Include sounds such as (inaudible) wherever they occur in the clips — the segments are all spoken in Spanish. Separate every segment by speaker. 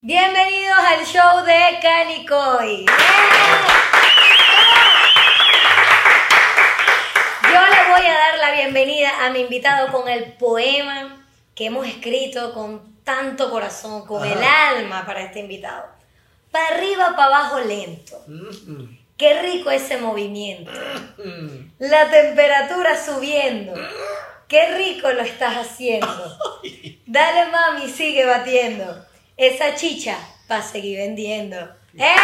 Speaker 1: Bienvenidos al show de Canicoy. Yo le voy a dar la bienvenida a mi invitado con el poema que hemos escrito con tanto corazón, con el alma para este invitado. Para arriba, para abajo, lento.
Speaker 2: Mm,
Speaker 1: Qué rico ese movimiento.
Speaker 2: Mm.
Speaker 1: La temperatura subiendo. Qué rico lo estás haciendo. Dale mami, sigue batiendo. Esa chicha para seguir vendiendo. ¡Eh!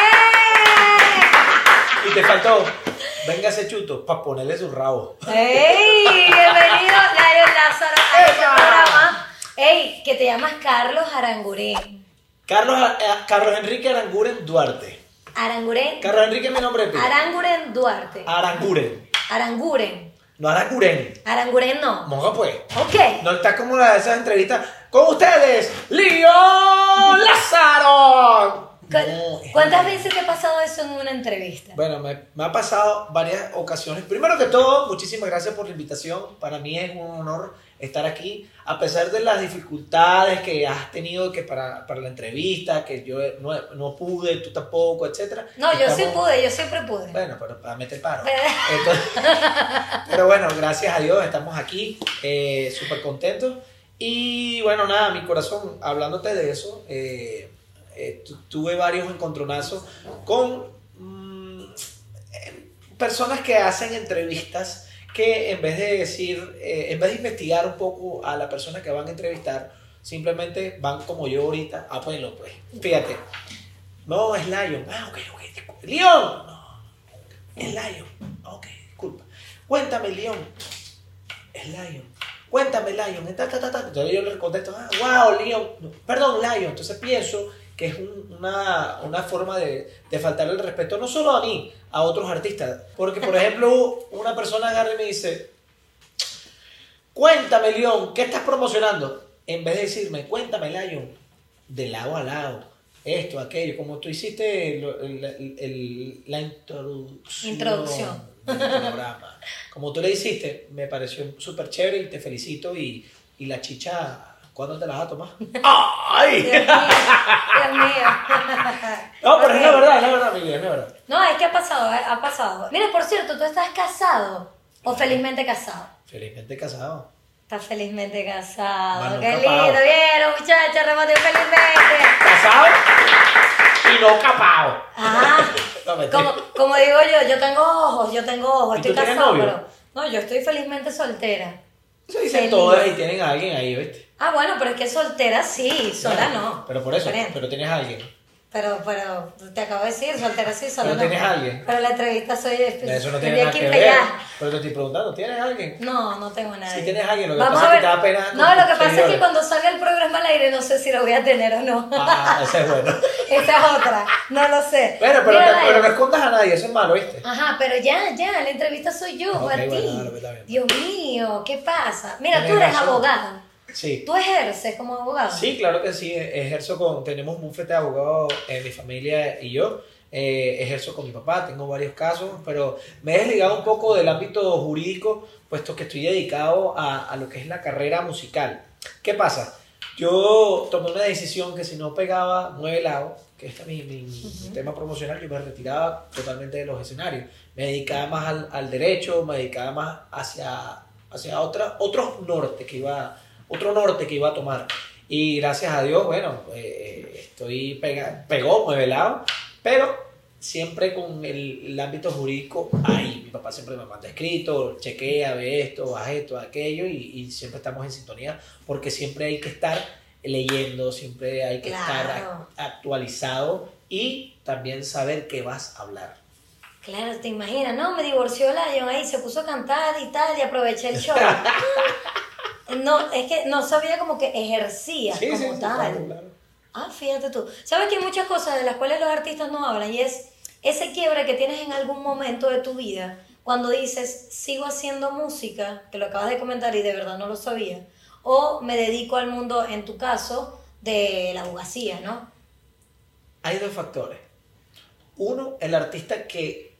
Speaker 2: Y te faltó, venga ese chuto para ponerle su rabo.
Speaker 1: ¡Ey! Bienvenido, Dario Lázaro, a este programa. ¡Ey! Que te llamas Carlos Aranguren.
Speaker 2: Carlos, eh, Carlos Enrique Aranguren Duarte.
Speaker 1: Aranguren.
Speaker 2: Carlos Ah. Enrique es mi nombre de pila.
Speaker 1: Aranguren Duarte.
Speaker 2: Aranguren.
Speaker 1: Aranguren.
Speaker 2: No Aranguren.
Speaker 1: Aranguren no.
Speaker 2: Monga pues.
Speaker 1: Ok.
Speaker 2: No estás como la de esas entrevistas. Con ustedes, Lío Lázaro.
Speaker 1: Cu-
Speaker 2: No, es-
Speaker 1: ¿Cuántas veces te ha pasado eso en una entrevista?
Speaker 2: Bueno, me, me ha pasado varias ocasiones. Primero que todo, muchísimas gracias por la invitación. Para mí es un honor estar aquí, a pesar de las dificultades que has tenido que para, para la entrevista, que yo no, no pude, tú tampoco, etcétera.
Speaker 1: No, yo sí
Speaker 2: Estamos-
Speaker 1: pude, yo siempre pude.
Speaker 2: Bueno, pero para meter paro. Entonces, pero bueno, gracias a Dios estamos aquí, eh, súper contentos. Y bueno, nada, mi corazón, hablándote de eso, eh, eh, tu- tuve varios encontronazos con mm, eh, personas que hacen entrevistas que en vez de decir, eh, en vez de investigar un poco a la persona que van a entrevistar, simplemente van como yo ahorita, ah, pues, lo, pues, fíjate, no, es Lion, ah, ok, ok, disculpa. Leon, no, es Lion. Ok, disculpa. Cuéntame, León. Es Lion. Cuéntame, Lion. Ta, ta, ta, ta. Entonces yo le contesto, ah, wow, León. No, perdón, Lion. Entonces pienso que es un- una, una forma de, de faltarle el respeto, no solo a mí, a otros artistas. Porque, por ejemplo, una persona agarra y me dice, cuéntame, León, ¿qué estás promocionando? En vez de decirme, cuéntame, Lion, de lado a lado. Esto, aquello, como tú hiciste lo- el- el- el- la introducción,
Speaker 1: Introducción.
Speaker 2: del programa. Como tú le hiciste, me pareció súper chévere y te felicito. Y, y la chicha, ¿cuándo te la vas a tomar? ¡Ay!
Speaker 1: Dios mío, Dios mío.
Speaker 2: (laughs) No, pero es la
Speaker 1: Ok.
Speaker 2: verdad, es la verdad, Miguel, es la verdad.
Speaker 1: No, es que ha pasado, eh, ha pasado. Mira, por cierto, tú estás casado o felizmente casado.
Speaker 2: Felizmente casado.
Speaker 1: Estás felizmente casado.
Speaker 2: Mano,
Speaker 1: Qué
Speaker 2: capado.
Speaker 1: lindo, vieron, muchachos, remate felizmente.
Speaker 2: Casado y no capado.
Speaker 1: Ah,
Speaker 2: (laughs) No, mentira.
Speaker 1: como, como digo yo, yo tengo ojos, yo tengo ojos,
Speaker 2: ¿Y
Speaker 1: estoy
Speaker 2: tú tienes
Speaker 1: casado,
Speaker 2: novio?
Speaker 1: pero. No, yo estoy felizmente soltera.
Speaker 2: Eso dicen
Speaker 1: Feliz.
Speaker 2: todas y tienen a alguien ahí, ¿viste?
Speaker 1: Ah, bueno, pero es que soltera sí, sola no.
Speaker 2: Pero por eso,
Speaker 1: Diferente.
Speaker 2: pero tienes a alguien.
Speaker 1: Pero, pero, te acabo de decir, soltera sí, sola
Speaker 2: Pero
Speaker 1: no.
Speaker 2: tienes a alguien.
Speaker 1: Pero la entrevista soy de
Speaker 2: Eso no tiene nada que ver. Pero te estoy preguntando, ¿tienes a alguien?
Speaker 1: No, no tengo nadie.
Speaker 2: Si tienes a alguien, lo que
Speaker 1: Vamos
Speaker 2: pasa
Speaker 1: a
Speaker 2: es que
Speaker 1: ver.
Speaker 2: te da pena con
Speaker 1: No, lo
Speaker 2: tus
Speaker 1: que pasa es que
Speaker 2: seguidores.
Speaker 1: cuando salga el programa al aire no sé si lo voy a tener o no.
Speaker 2: Ah, ese es bueno.
Speaker 1: (laughs) Esa es otra, no lo sé.
Speaker 2: Bueno, pero,
Speaker 1: Mira,
Speaker 2: no-
Speaker 1: Dai.
Speaker 2: pero no escondas a nadie, eso es malo, ¿viste?
Speaker 1: Ajá, pero ya, ya, la entrevista soy yo,
Speaker 2: Ok,
Speaker 1: a ti.
Speaker 2: bueno, dale, pues, está bien.
Speaker 1: Dios mío, ¿qué pasa? Mira, tú
Speaker 2: Tienes
Speaker 1: eres
Speaker 2: razón.
Speaker 1: abogado.
Speaker 2: Sí.
Speaker 1: Tú ejerces como abogado.
Speaker 2: Sí, claro que sí. e-, Ejerzo con. Tenemos un bufete de abogados, eh, mi familia y yo. Eh, ejerzo con mi papá, tengo varios casos, pero me he desligado un poco del ámbito jurídico, puesto que estoy dedicado a, a lo que es la carrera musical. ¿Qué pasa? Yo tomé una decisión que si no pegaba nueve lados, que este es mi, mi tema promocional, yo me retiraba totalmente de los escenarios. Me dedicaba más al, al derecho, me dedicaba más hacia, hacia otra, otros norte que iba, otro norte que iba a tomar. Y gracias a Dios, bueno, eh, estoy pega, pegó, mueve lado, pero siempre con el, el ámbito jurídico ahí. Mi papá siempre me manda escrito, chequea, ve esto, haz esto, haz aquello, y, y siempre estamos en sintonía porque siempre hay que estar leyendo, siempre hay que
Speaker 1: Claro.
Speaker 2: estar ac- actualizado y también saber qué vas a hablar.
Speaker 1: Claro, te imaginas, no, me divorció Lion ahí, se puso a cantar y tal, y aproveché el
Speaker 2: (laughs)
Speaker 1: show. no, es que no sabía como que ejercía
Speaker 2: Sí,
Speaker 1: como
Speaker 2: sí, sí,
Speaker 1: tal.
Speaker 2: claro, claro.
Speaker 1: Ah, fíjate tú. Sabes que hay muchas cosas de las cuales los artistas no hablan y es ese quiebre que tienes en algún momento de tu vida cuando dices, sigo haciendo música, que lo acabas de comentar y de verdad no lo sabía, o me dedico al mundo, en tu caso, de la abogacía, ¿no?
Speaker 2: Hay dos factores. Uno, el artista que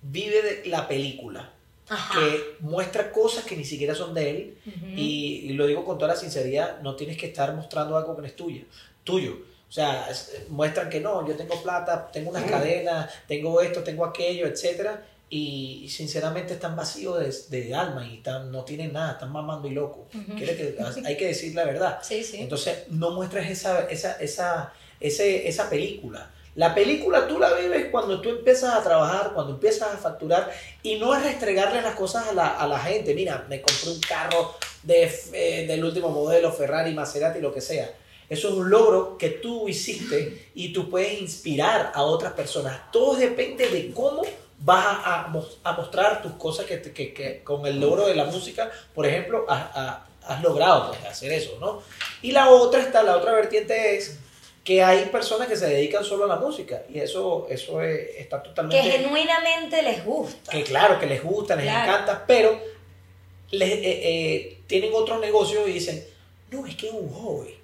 Speaker 2: vive de la película,
Speaker 1: Ajá.
Speaker 2: que muestra cosas que ni siquiera son de él,
Speaker 1: Ujú.
Speaker 2: y, y lo digo con toda la sinceridad, no tienes que estar mostrando algo que no es tuyo. tuyo. O O sea, es- muestran que no, yo tengo plata, tengo unas cadenas, tengo esto, tengo aquello, etcétera, y, y sinceramente están vacíos de, de alma y están, no tienen nada, están mamando y loco.
Speaker 1: Ujú. (laughs)
Speaker 2: Quiere que, hay que decir la verdad.
Speaker 1: Sí, sí.
Speaker 2: Entonces, no muestras esa, esa, esa, ese- esa película. La película tú la vives cuando tú empiezas a trabajar, cuando empiezas a facturar y no es restregarle las cosas a la, a la gente. Mira, me compré un carro de, eh, del último modelo, Ferrari, Maserati, lo que sea. Eso es un logro que tú hiciste y tú puedes inspirar a otras personas. Todo depende de cómo vas a, a mos- a mostrar tus cosas que, te- que- que con el logro de la música, por ejemplo, has, ha- has logrado pues, hacer eso, ¿no? Y la otra está, la otra vertiente es que hay personas que se dedican solo a la música y eso, eso eh, está
Speaker 1: Que
Speaker 2: totalmente...
Speaker 1: genuinamente les gusta.
Speaker 2: Que claro, que les gusta, les
Speaker 1: Claro.
Speaker 2: encanta, pero les, eh, eh, tienen otro negocio y dicen, no, es que es un hobby.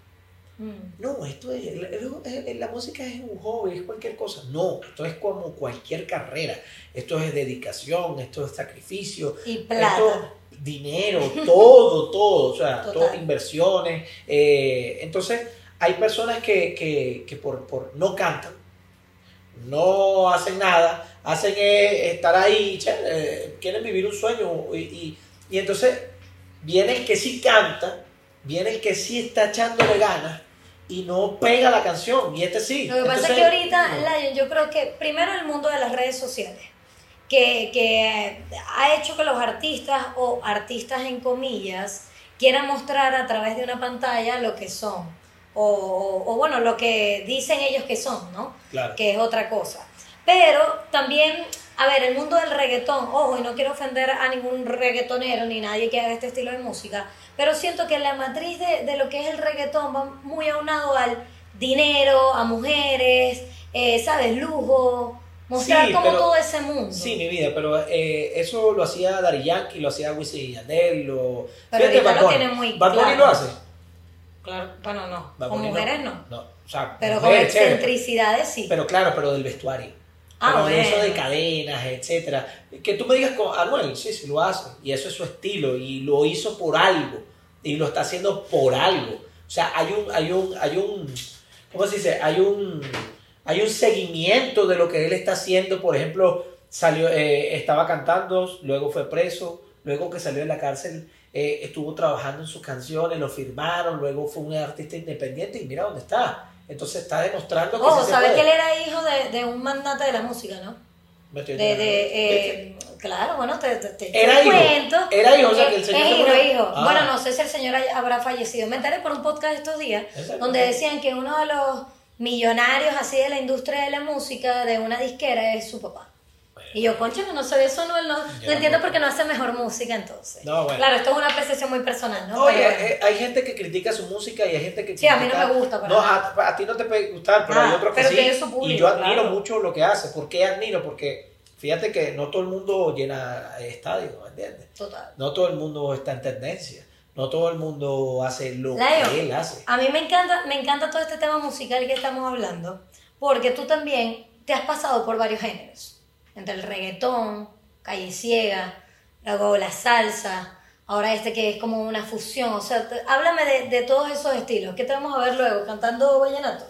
Speaker 1: Mm.
Speaker 2: No, esto es, la, la- la música es un hobby, es cualquier cosa. No, esto es como cualquier carrera. Esto es dedicación, esto es sacrificio,
Speaker 1: Y plata.
Speaker 2: esto es dinero, todo, todo. O sea,
Speaker 1: Total.
Speaker 2: todo, inversiones. eh, entonces, hay personas que, que- que por, por no cantan, no hacen nada, hacen eh, estar ahí, che, eh, quieren vivir un sueño. Y, y- y entonces viene el que sí canta, viene el que sí está echándole ganas y no pega la canción. Y este sí.
Speaker 1: Lo que pasa es
Speaker 2: Entonces, Mm.
Speaker 1: que ahorita,
Speaker 2: no.
Speaker 1: Lion, yo creo que primero el mundo de las redes sociales, que, que ha hecho que los artistas o artistas en comillas quieran mostrar a través de una pantalla lo que son, o, o- o bueno, lo que dicen ellos que son, ¿no?
Speaker 2: Claro.
Speaker 1: que es otra cosa. Pero también, a ver, el mundo del reggaetón, ojo, y no quiero ofender a ningún reggaetonero ni nadie que haga este estilo de música, pero siento que la matriz de, de lo que es el reggaetón va muy aunado al dinero, a mujeres, eh, ¿sabes? Lujo, mostrar
Speaker 2: Sí,
Speaker 1: como
Speaker 2: pero-
Speaker 1: todo ese mundo.
Speaker 2: Sí, mi vida, pero eh, eso lo hacía Daddy Yankee, lo hacía Wisin y Yandel, lo...
Speaker 1: Pero
Speaker 2: Fíjate,
Speaker 1: ahorita
Speaker 2: Bad
Speaker 1: lo
Speaker 2: Bunny.
Speaker 1: tiene muy
Speaker 2: Bad Bunny
Speaker 1: claro.
Speaker 2: lo hace.
Speaker 1: Claro, bueno, no,
Speaker 2: Bad
Speaker 1: con
Speaker 2: Bunny
Speaker 1: mujeres no.
Speaker 2: no. o sea,
Speaker 1: Pero con
Speaker 2: mujeres, chévere.
Speaker 1: excentricidades sí.
Speaker 2: Pero claro, pero del vestuario.
Speaker 1: Ah,
Speaker 2: pero de
Speaker 1: bueno.
Speaker 2: eso de cadenas, etcétera. Que tú me digas, con Anuel, sí, sí, lo hace. Y eso es su estilo. Y lo hizo por algo. Y lo está haciendo por algo. O sea, hay un, hay un, hay un, ¿cómo se dice? Hay un, hay un seguimiento de lo que él está haciendo. Por ejemplo, salió, eh, estaba cantando, luego fue preso, luego que salió de la cárcel, eh, estuvo trabajando en sus canciones, lo firmaron, luego fue un artista independiente y mira dónde está. Entonces está demostrando que
Speaker 1: Ojo,
Speaker 2: sí se
Speaker 1: ¿sabes
Speaker 2: puede.
Speaker 1: que él era hijo de, de un magnate de la música, no?
Speaker 2: Me estoy
Speaker 1: De,
Speaker 2: enterando.
Speaker 1: de,
Speaker 2: ¿Viste?
Speaker 1: eh, claro, bueno, te, te, te-
Speaker 2: Era
Speaker 1: te
Speaker 2: hijo,
Speaker 1: cuento. Eh,
Speaker 2: era hijo, o sea, que el
Speaker 1: Es-
Speaker 2: señor se
Speaker 1: Es hijo,
Speaker 2: murió.
Speaker 1: hijo.
Speaker 2: Ah.
Speaker 1: Bueno, no sé si el señor haya- habrá fallecido. Me enteré por un podcast estos días
Speaker 2: Exacto.
Speaker 1: donde decían que uno de los millonarios así de la industria de la música de una disquera es su papá. Y yo, concha, no sé, eso no, no, no
Speaker 2: Yo
Speaker 1: entiendo
Speaker 2: tampoco.
Speaker 1: por qué no hace mejor música entonces.
Speaker 2: No, bueno.
Speaker 1: Claro, esto es una apreciación muy personal, ¿no?
Speaker 2: Oye,
Speaker 1: Pero bueno.
Speaker 2: eh, hay gente que critica su música y hay gente que
Speaker 1: Sí, a mí
Speaker 2: critica-
Speaker 1: no me gusta, para
Speaker 2: No, a, a ti no te puede gustar, pero
Speaker 1: Ah,
Speaker 2: hay otros que
Speaker 1: pero
Speaker 2: sí.
Speaker 1: tiene su público,
Speaker 2: y yo admiro
Speaker 1: claro.
Speaker 2: mucho lo que hace. ¿Por qué admiro? Porque fíjate que no todo el mundo llena estadios, ¿me entiendes?
Speaker 1: Total.
Speaker 2: No todo el mundo está en tendencia. No todo el mundo hace lo que
Speaker 1: Lion,
Speaker 2: él hace.
Speaker 1: A mí me encanta, me encanta todo este tema musical que estamos hablando, porque tú también te has pasado por varios géneros, entre el reggaetón, calle ciega, luego la salsa, ahora este que es como una fusión, o sea, te- háblame de, de todos esos estilos, ¿qué te vamos a ver luego? ¿Cantando vallenato?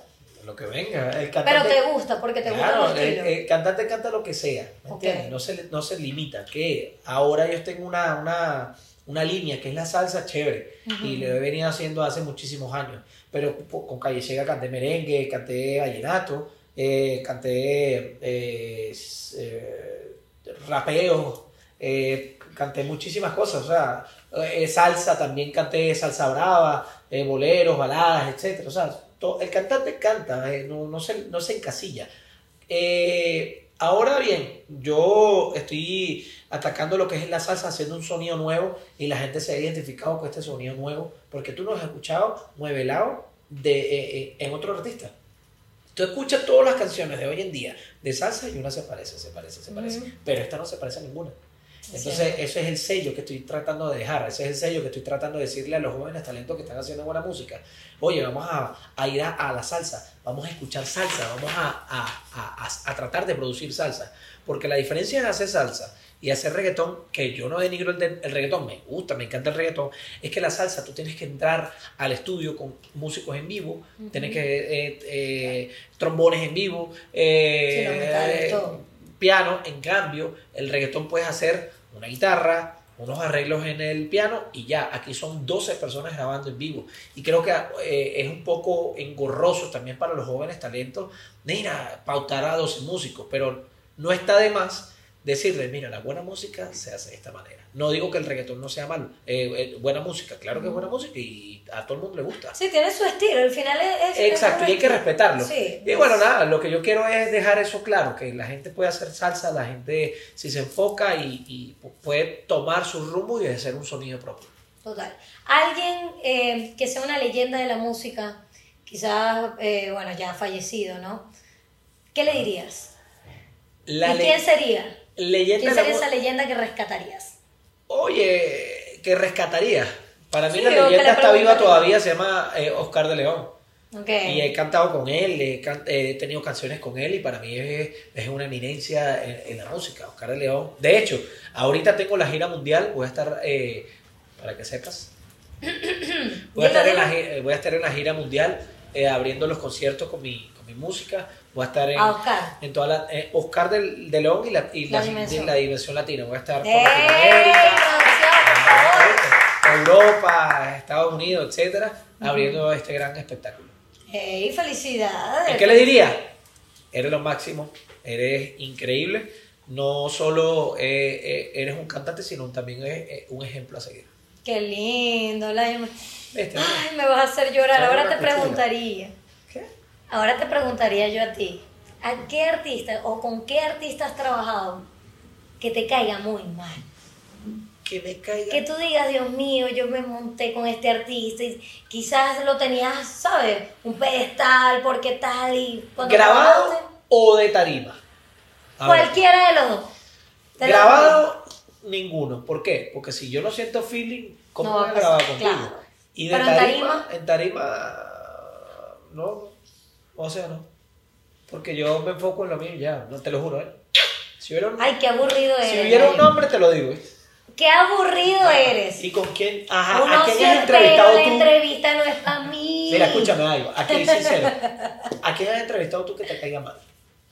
Speaker 2: Lo que venga. El
Speaker 1: Pero
Speaker 2: cantante,
Speaker 1: te gusta, porque te
Speaker 2: Claro, eh,
Speaker 1: gusta el
Speaker 2: el,
Speaker 1: estilo.
Speaker 2: el cantante canta lo que sea, ¿me
Speaker 1: Ok.
Speaker 2: entiendes? No se, le- no se limita, que ahora ellos tengo una, una, una línea que es la salsa chévere y lo he venido haciendo hace muchísimos años, pero po- con Calle Ciega canté merengue, canté vallenato, eh, canté eh, s- eh, rapeo, eh, canté muchísimas cosas, o sea, eh, salsa también canté salsa brava, eh, boleros, baladas, etcétera, o sea, to- el cantante canta, eh, no, no, se, no se encasilla. Eh, ahora bien, yo estoy atacando lo que es la salsa, haciendo un sonido nuevo y la gente se ha identificado con este sonido nuevo porque tú no has escuchado muevelado de, eh, eh, en otro artista. Tú escuchas todas las canciones de hoy en día de salsa y una se parece, se parece, se parece,
Speaker 1: Ujú.
Speaker 2: pero esta no se parece a ninguna.
Speaker 1: Es
Speaker 2: Entonces, ese es el sello que estoy tratando de dejar, ese es el sello que estoy tratando de decirle a los jóvenes talentos que están haciendo buena música. Oye, vamos a, a ir a, a la salsa, vamos a escuchar salsa, vamos a, a- a- a- a tratar de producir salsa. Porque la diferencia en hacer salsa y hacer reggaetón, que yo no denigro el, de- el reggaetón, me gusta, me encanta el reggaetón, es que la salsa tú tienes que entrar al estudio con músicos en vivo, tienes que, eh, eh, trombones en vivo, eh,
Speaker 1: Sí, los metales,
Speaker 2: eh,
Speaker 1: todo.
Speaker 2: piano, en cambio, el reggaetón puedes hacer una guitarra, unos arreglos en el piano y ya, aquí son 12 personas grabando en vivo. Y creo que eh, es un poco engorroso también para los jóvenes talentos, mira, pautar a 12 músicos, pero no está de más decirles, mira, la buena música se hace de esta manera. No digo que el reggaetón no sea malo, eh, eh, buena música, claro que es buena música y a todo el mundo le gusta.
Speaker 1: Sí, tiene su estilo, al final es... es-
Speaker 2: Exacto,
Speaker 1: es
Speaker 2: y hay que respetarlo.
Speaker 1: Sí.
Speaker 2: y bueno, nada, lo que yo quiero es dejar eso claro, que la gente puede hacer salsa, la gente si se enfoca y, y puede tomar su rumbo y hacer un sonido propio.
Speaker 1: Total. Alguien eh, que sea una leyenda de la música, quizás, eh, bueno, ya fallecido, ¿no? ¿Qué le dirías?
Speaker 2: La
Speaker 1: ¿Y
Speaker 2: le-
Speaker 1: quién sería?
Speaker 2: leyenda
Speaker 1: ¿Quién
Speaker 2: de la
Speaker 1: sería
Speaker 2: mu-
Speaker 1: esa leyenda que rescatarías?
Speaker 2: Oye, que rescataría. Para mí
Speaker 1: Sí,
Speaker 2: la
Speaker 1: yo que le
Speaker 2: leyenda está viva
Speaker 1: preguntaría.
Speaker 2: todavía, se llama eh, Oscar de León.
Speaker 1: Ok.
Speaker 2: Y eh, he cantado con él, he, can- he tenido canciones con él y para mí es, es una eminencia en, en la música, Oscar de León. De hecho, ahorita tengo la gira mundial, voy a estar, eh, para que sepas,
Speaker 1: Dilo,
Speaker 2: voy, a estar en la,
Speaker 1: dilo.
Speaker 2: gi- eh, voy a estar en la gira mundial eh, abriendo los conciertos con mi, con mi música, voy a estar en,
Speaker 1: A Oscar.
Speaker 2: en toda la, eh, Oscar del- de León y la, y
Speaker 1: Ah, La
Speaker 2: la-
Speaker 1: Dimensión.
Speaker 2: de la dimensión latina, voy a estar con
Speaker 1: ¡Ey,
Speaker 2: Latinoamérica.
Speaker 1: producción, por favor!
Speaker 2: Europa, Estados Unidos, etcétera, abriendo este gran espectáculo.
Speaker 1: ¡Ey, felicidades!
Speaker 2: ¿Y qué le diría? Eres lo máximo, eres increíble. No solo eh, eh, eres un cantante, sino también eres eh, un ejemplo a seguir.
Speaker 1: ¡Qué lindo! la- Ay,
Speaker 2: ¿Viste? mira.
Speaker 1: me vas a hacer llorar.
Speaker 2: Sabe
Speaker 1: Ahora
Speaker 2: una
Speaker 1: te
Speaker 2: cuchara.
Speaker 1: preguntaría.
Speaker 2: ¿Qué?
Speaker 1: Ahora te preguntaría yo a ti, ¿a qué artista o con qué artista has trabajado que te caiga muy mal?
Speaker 2: Que me caiga.
Speaker 1: Que tú digas, Dios mío, yo me monté con este artista y quizás lo tenías, ¿sabes? Un pedestal, porque tal y... cuando
Speaker 2: ¿Grabado
Speaker 1: grabaste-
Speaker 2: o de tarima? A ver.
Speaker 1: Cualquiera de los dos. Te lo digo.
Speaker 2: Grabado, ninguno. ¿Por qué? Porque si yo no siento feeling, ¿cómo
Speaker 1: No va
Speaker 2: voy
Speaker 1: a
Speaker 2: a
Speaker 1: pasar,
Speaker 2: grabar contigo?
Speaker 1: claro.
Speaker 2: Y de
Speaker 1: Pero en
Speaker 2: tarima, en tarima, no. O sea, no. Porque yo me enfoco en lo mío y ya, no te lo juro, ¿eh? Si hubiera un,
Speaker 1: Ay, pues. qué aburrido eres.
Speaker 2: si hubiera un
Speaker 1: Darío.
Speaker 2: nombre, te lo digo, ¿eh?
Speaker 1: Qué aburrido eres.
Speaker 2: ¿Y con quién? Ajá,
Speaker 1: Uno
Speaker 2: ¿a quién
Speaker 1: se
Speaker 2: has entrevistado
Speaker 1: la
Speaker 2: tú?
Speaker 1: entrevista no es para mí.
Speaker 2: Mira, escúchame algo,
Speaker 1: (laughs)
Speaker 2: aquí sincero. ¿A quién has entrevistado tú que te caiga mal?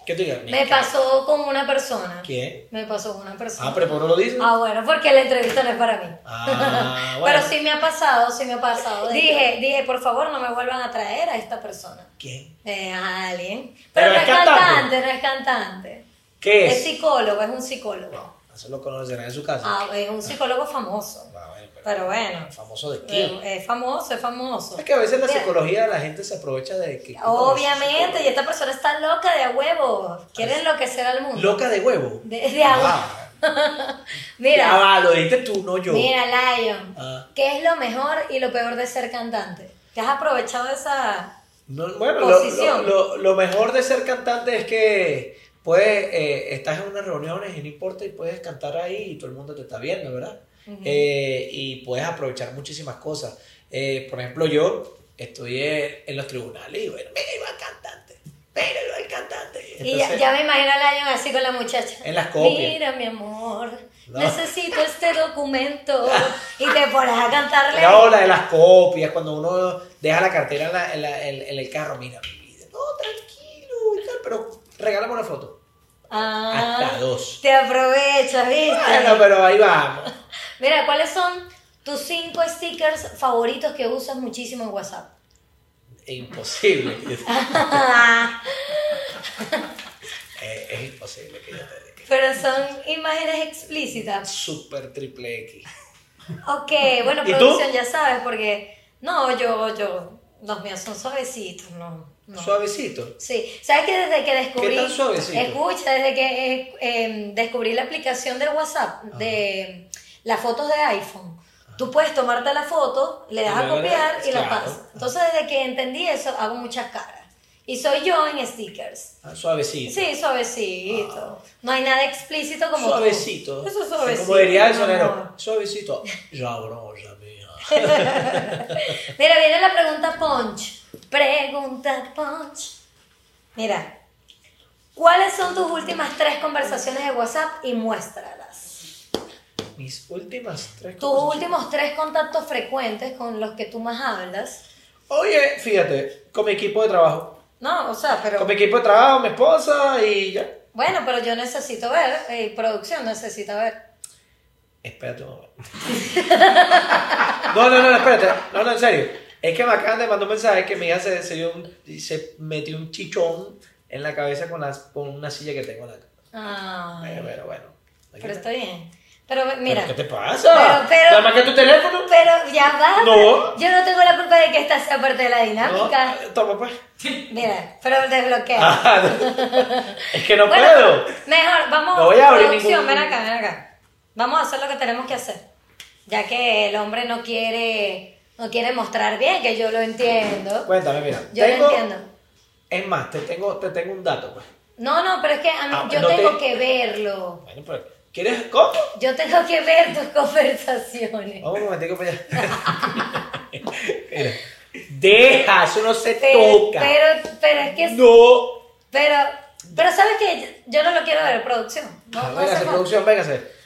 Speaker 2: ¿Qué tú digas?
Speaker 1: Me
Speaker 2: cae-
Speaker 1: pasó con una persona.
Speaker 2: ¿Quién?
Speaker 1: Me pasó con una persona.
Speaker 2: Ah, pero ¿por qué no lo dices?
Speaker 1: Ah, bueno, porque la entrevista no es para mí.
Speaker 2: Ah, bueno.
Speaker 1: (laughs) Pero sí me ha pasado, sí me ha pasado. Dije, dije, por favor, no me vuelvan a traer a esta persona.
Speaker 2: ¿Quién?
Speaker 1: Eh, a alguien. Pero,
Speaker 2: Pero
Speaker 1: no es
Speaker 2: es cantante.
Speaker 1: cantante, no es cantante.
Speaker 2: ¿Qué es? Ah,
Speaker 1: Es psicólogo, es un psicólogo.
Speaker 2: No, eso lo conocerán en su casa.
Speaker 1: Ah, es un psicólogo famoso.
Speaker 2: Ah, bueno, pero-
Speaker 1: Pero bueno,
Speaker 2: ¿Famoso de qué?
Speaker 1: eh, es famoso, es famoso.
Speaker 2: Es que a veces la
Speaker 1: Mira.
Speaker 2: psicología de la gente se aprovecha de que...
Speaker 1: Obviamente, y esta persona está loca de a huevo. Quiere enloquecer al mundo.
Speaker 2: Loca de huevo.
Speaker 1: De, de a huevo.
Speaker 2: Ah, ya
Speaker 1: Mira,
Speaker 2: va, lo dijiste tú, no yo.
Speaker 1: mira, Lion.
Speaker 2: Ah.
Speaker 1: ¿Qué es lo mejor y lo peor de ser cantante? ¿Te has aprovechado esa.?
Speaker 2: No, bueno, lo, lo,
Speaker 1: Posición.
Speaker 2: lo- lo mejor de ser cantante es que puedes, eh, estás en unas reuniones y no importa y puedes cantar ahí y todo el mundo te está viendo, ¿verdad? Eh, y puedes aprovechar muchísimas cosas. Eh, por ejemplo, yo estudié en los tribunales y bueno, mira, iba el cantante, mira, iba el cantante.
Speaker 1: y ya,
Speaker 2: Entonces-
Speaker 1: ya me imagino a Lion así con la muchacha.
Speaker 2: En las copias.
Speaker 1: Mira, mi amor,
Speaker 2: No.
Speaker 1: necesito este
Speaker 2: (laughs)
Speaker 1: documento. y te pones a cantarle.
Speaker 2: No, la de las copias, cuando uno deja la cartera en, la- en la- en- en el carro, mira, mi vida, no, tranquilo, y tal, pero regálame una foto.
Speaker 1: Ah,
Speaker 2: Hasta dos.
Speaker 1: Te aprovechas, ¿viste?
Speaker 2: Bueno, pero ahí vamos.
Speaker 1: Mira, ¿cuáles son tus cinco stickers favoritos que usas muchísimo en WhatsApp? (laughs)
Speaker 2: Imposible. (laughs)
Speaker 1: Pero
Speaker 2: Eh, es imposible que yo te diga.
Speaker 1: son imágenes explícitas.
Speaker 2: Super triple X.
Speaker 1: Ok, bueno,
Speaker 2: ¿Y tú?
Speaker 1: producción, ya sabes, porque. No, yo, yo. Los míos son suavecitos, no. no.
Speaker 2: Suavecito.
Speaker 1: Sí, sabes que desde que descubrí.
Speaker 2: ¿Qué tan suavecito?
Speaker 1: Escucha, desde que eh, eh, descubrí la aplicación de WhatsApp,
Speaker 2: Ah.
Speaker 1: de las fotos de iPhone. Tú puedes tomarte la foto, le das
Speaker 2: Y
Speaker 1: a
Speaker 2: luego la-
Speaker 1: copiar y la
Speaker 2: claro.
Speaker 1: pasas. Entonces, desde que entendí eso, hago muchas caras. Y soy yo en stickers.
Speaker 2: Ah, Suavecito.
Speaker 1: Sí, suavecito. No hay nada explícito como tú.
Speaker 2: Ah. suavecito.
Speaker 1: Eso es suavecito.
Speaker 2: Como diría el
Speaker 1: mi amor.
Speaker 2: sonero. Suavecito. Ya, bro, ya, mía.
Speaker 1: Mira, viene la pregunta Punch. Pregunta Punch. Mira, ¿cuáles son tus últimas tres conversaciones de WhatsApp y muéstralas?
Speaker 2: mis últimas tres
Speaker 1: Tus últimos tres contactos frecuentes con los que tú más hablas.
Speaker 2: Oye, fíjate, con mi equipo de trabajo.
Speaker 1: No, o sea, pero...
Speaker 2: Con mi equipo de trabajo, mi esposa y ya.
Speaker 1: Bueno, pero yo necesito ver, eh, producción necesita ver.
Speaker 2: Espérate un momento. (laughs) No, no, no, espérate. No, no, en serio. Es que Macán le mandó un mensaje que mi hija se, se, dio un- se metió un chichón en la cabeza con, las- con una silla que tengo en la cama.
Speaker 1: Ah,
Speaker 2: Eh, Pero bueno. aquí
Speaker 1: pero
Speaker 2: está.
Speaker 1: estoy bien. Pero mira,
Speaker 2: ¿Pero ¿Qué te pasa?
Speaker 1: Pero- pero-
Speaker 2: ¿Nada más que tu teléfono?
Speaker 1: pero ya va.
Speaker 2: No.
Speaker 1: Yo no tengo la culpa de que esta sea parte de la dinámica.
Speaker 2: No, toma pues.
Speaker 1: Mira, pero desbloquea.
Speaker 2: Ah, (laughs) no. es que no
Speaker 1: Bueno,
Speaker 2: puedo.
Speaker 1: Mejor, vamos
Speaker 2: No voy a abrir
Speaker 1: producción,
Speaker 2: ningún-
Speaker 1: ven acá, ven acá. Vamos a hacer lo que tenemos que hacer. Ya que el hombre no quiere, no quiere mostrar bien, que yo lo entiendo.
Speaker 2: Cuéntame, mira.
Speaker 1: Yo lo
Speaker 2: tengo-
Speaker 1: entiendo.
Speaker 2: Es más, te tengo, te tengo un dato, pues.
Speaker 1: No, no, pero es que a mí-
Speaker 2: Ah,
Speaker 1: yo
Speaker 2: no te-
Speaker 1: tengo que verlo.
Speaker 2: Bueno, pero. ¿Quieres? ¿Cómo?
Speaker 1: Yo tengo que ver tus (laughs) conversaciones.
Speaker 2: Vamos Oh, un momentico para allá.
Speaker 1: (laughs)
Speaker 2: Mira. Deja, eso no se
Speaker 1: pero,
Speaker 2: toca.
Speaker 1: pero, pero es que...
Speaker 2: no.
Speaker 1: Pero, pero ¿sabes que Yo no lo quiero ver, producción. No,
Speaker 2: Ah,
Speaker 1: no
Speaker 2: véngase,
Speaker 1: hacemos-
Speaker 2: producción, véngase.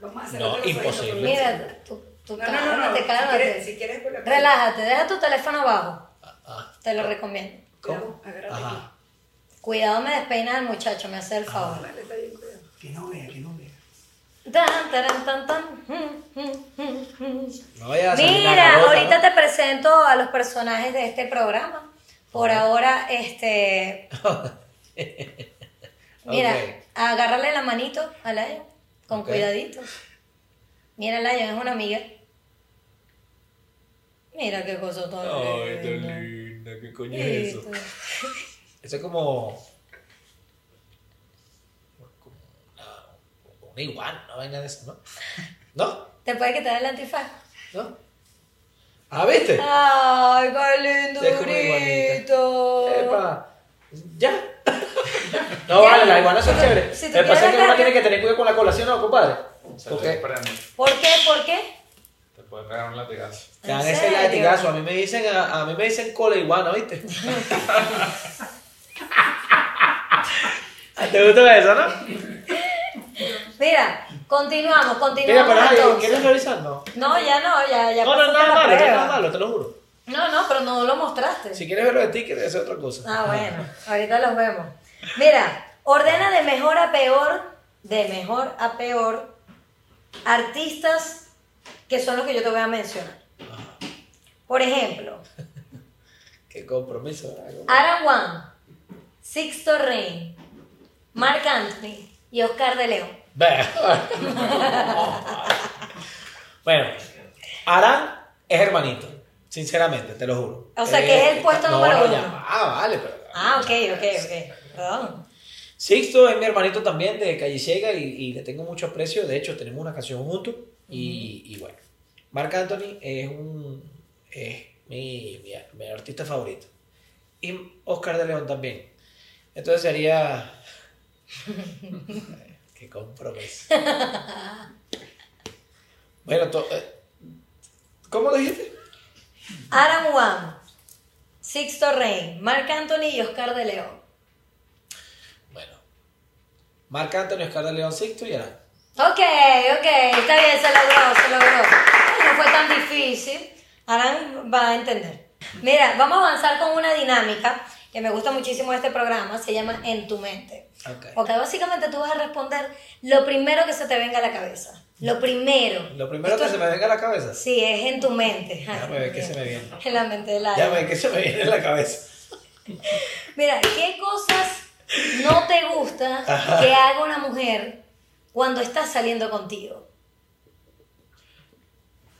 Speaker 3: Vamos a hacer
Speaker 2: No,
Speaker 3: otro
Speaker 2: imposible.
Speaker 3: proyecto.
Speaker 1: Mira, tú, tú
Speaker 3: No, no, no, no.
Speaker 1: cálmate,
Speaker 3: Si
Speaker 1: cálmate.
Speaker 3: quieres, si quieres, pues, la-
Speaker 1: Relájate, deja tu teléfono abajo.
Speaker 2: Ah, ah,
Speaker 1: Te lo recomiendo.
Speaker 2: ¿Cómo?
Speaker 3: Agárrate
Speaker 2: Ajá.
Speaker 1: Cuidado, me despeinas al muchacho, me hace el favor.
Speaker 3: Vale, está bien, cuidado.
Speaker 4: Que no vea, que no vea.
Speaker 1: Tan, taran, tan, tan. Mm, mm, mm, mm.
Speaker 2: No vaya a salir la
Speaker 1: Mira,
Speaker 2: garota,
Speaker 1: ahorita
Speaker 2: ¿no?
Speaker 1: te presento a los personajes de este programa. Por ahora,
Speaker 2: (laughs)
Speaker 1: este. Mira,
Speaker 2: Ok.
Speaker 1: agárrale la manito a Laia, con
Speaker 2: Ok.
Speaker 1: cuidadito. Mira, Laia, es una amiga. Mira qué cosa tan
Speaker 2: Ay,
Speaker 1: linda.
Speaker 2: tan linda, qué coño es
Speaker 1: Listo.
Speaker 2: eso. Eso es como. como una, Ah, una iguana, una vaina de eso, ¿no? (laughs) ¿No?
Speaker 1: ¿Te puede quitar el antifaz?
Speaker 2: ¿No? Ah, ¿viste?
Speaker 1: ¡Ay, qué lindo,
Speaker 2: Sí, es como iguanita.
Speaker 1: durito!
Speaker 2: Epa. Ya. (laughs) No,
Speaker 1: Ya.
Speaker 2: vale, las iguanas son
Speaker 1: Si tú-
Speaker 2: chéveres.
Speaker 1: si tú
Speaker 2: Lo que pasa es
Speaker 1: quieres
Speaker 2: que uno
Speaker 1: acá-
Speaker 2: tiene que tener cuidado con la colación, ¿no, compadre?
Speaker 5: Porque
Speaker 2: Porque
Speaker 5: para mí.
Speaker 1: ¿Por qué? ¿Por qué?
Speaker 5: Te puede pegar un latigazo.
Speaker 2: te dan
Speaker 1: ¿En
Speaker 2: ese
Speaker 1: serio?
Speaker 2: latigazo. A mí me dicen, a, a mí me dicen cola iguana, ¿viste? (laughs) ¿Te gusta eso, no?
Speaker 1: Mira, continuamos,
Speaker 2: Mira,
Speaker 1: continuamos.
Speaker 2: pero ay,
Speaker 1: entonces.
Speaker 2: ¿quieres revisar? No.
Speaker 1: No, ya no, ya, ya.
Speaker 2: No, no,
Speaker 1: pasaste la
Speaker 2: nada malo, no es
Speaker 1: prueba.
Speaker 2: nada malo, te lo juro.
Speaker 1: No, no, pero no lo mostraste.
Speaker 2: Si quieres verlo de ti, quieres hacer otra cosa.
Speaker 1: Ah, bueno, ahorita los vemos. Mira, ordena de mejor a peor, de mejor a peor, artistas que son los que yo te voy a mencionar. Por ejemplo,
Speaker 2: Qué compromiso. ¿verdad?
Speaker 1: Aran Juan, Sixto Rey, Marc Anthony y Oscar de León.
Speaker 2: bueno, Arán es hermanito, sinceramente, te lo juro. Eh,
Speaker 1: O sea, que es el puesto
Speaker 2: no,
Speaker 1: número
Speaker 2: no,
Speaker 1: uno.
Speaker 2: ya. Ah, vale, pero.
Speaker 1: Ah, ok, ok, ok. Perdón.
Speaker 2: Sixto es mi hermanito también de Calle Ciega y, y le tengo mucho aprecio. De hecho, tenemos una canción juntos. Y, y bueno, Marc Anthony es un es mi, mi, mi artista favorito. Y Oscar de León también. Entonces sería. Qué compromiso. Bueno, to- eh, ¿cómo lo dijiste?
Speaker 1: Aran Juan, Sixto Rey, Marc Anthony y Oscar de León.
Speaker 2: Bueno, Marc Anthony, Oscar de León, Sixto y Arán.
Speaker 1: Ok, ok, está bien, se logró, se logró. Ay, No fue tan difícil. Arán va a entender. Mira, vamos a avanzar con una dinámica que me gusta muchísimo de este programa, se llama En tu mente.
Speaker 2: Ok.
Speaker 1: Ok, básicamente tú vas a responder lo primero que se te venga a la cabeza. Lo primero.
Speaker 2: Lo primero que se me venga a la cabeza.
Speaker 1: Sí, es en tu mente. Ay,
Speaker 2: Déjame ver qué se me viene.
Speaker 1: En la mente de la...
Speaker 2: Ya me, que se me viene en la cabeza.
Speaker 1: Mira, ¿qué cosas no te gusta que haga una mujer cuando está saliendo contigo?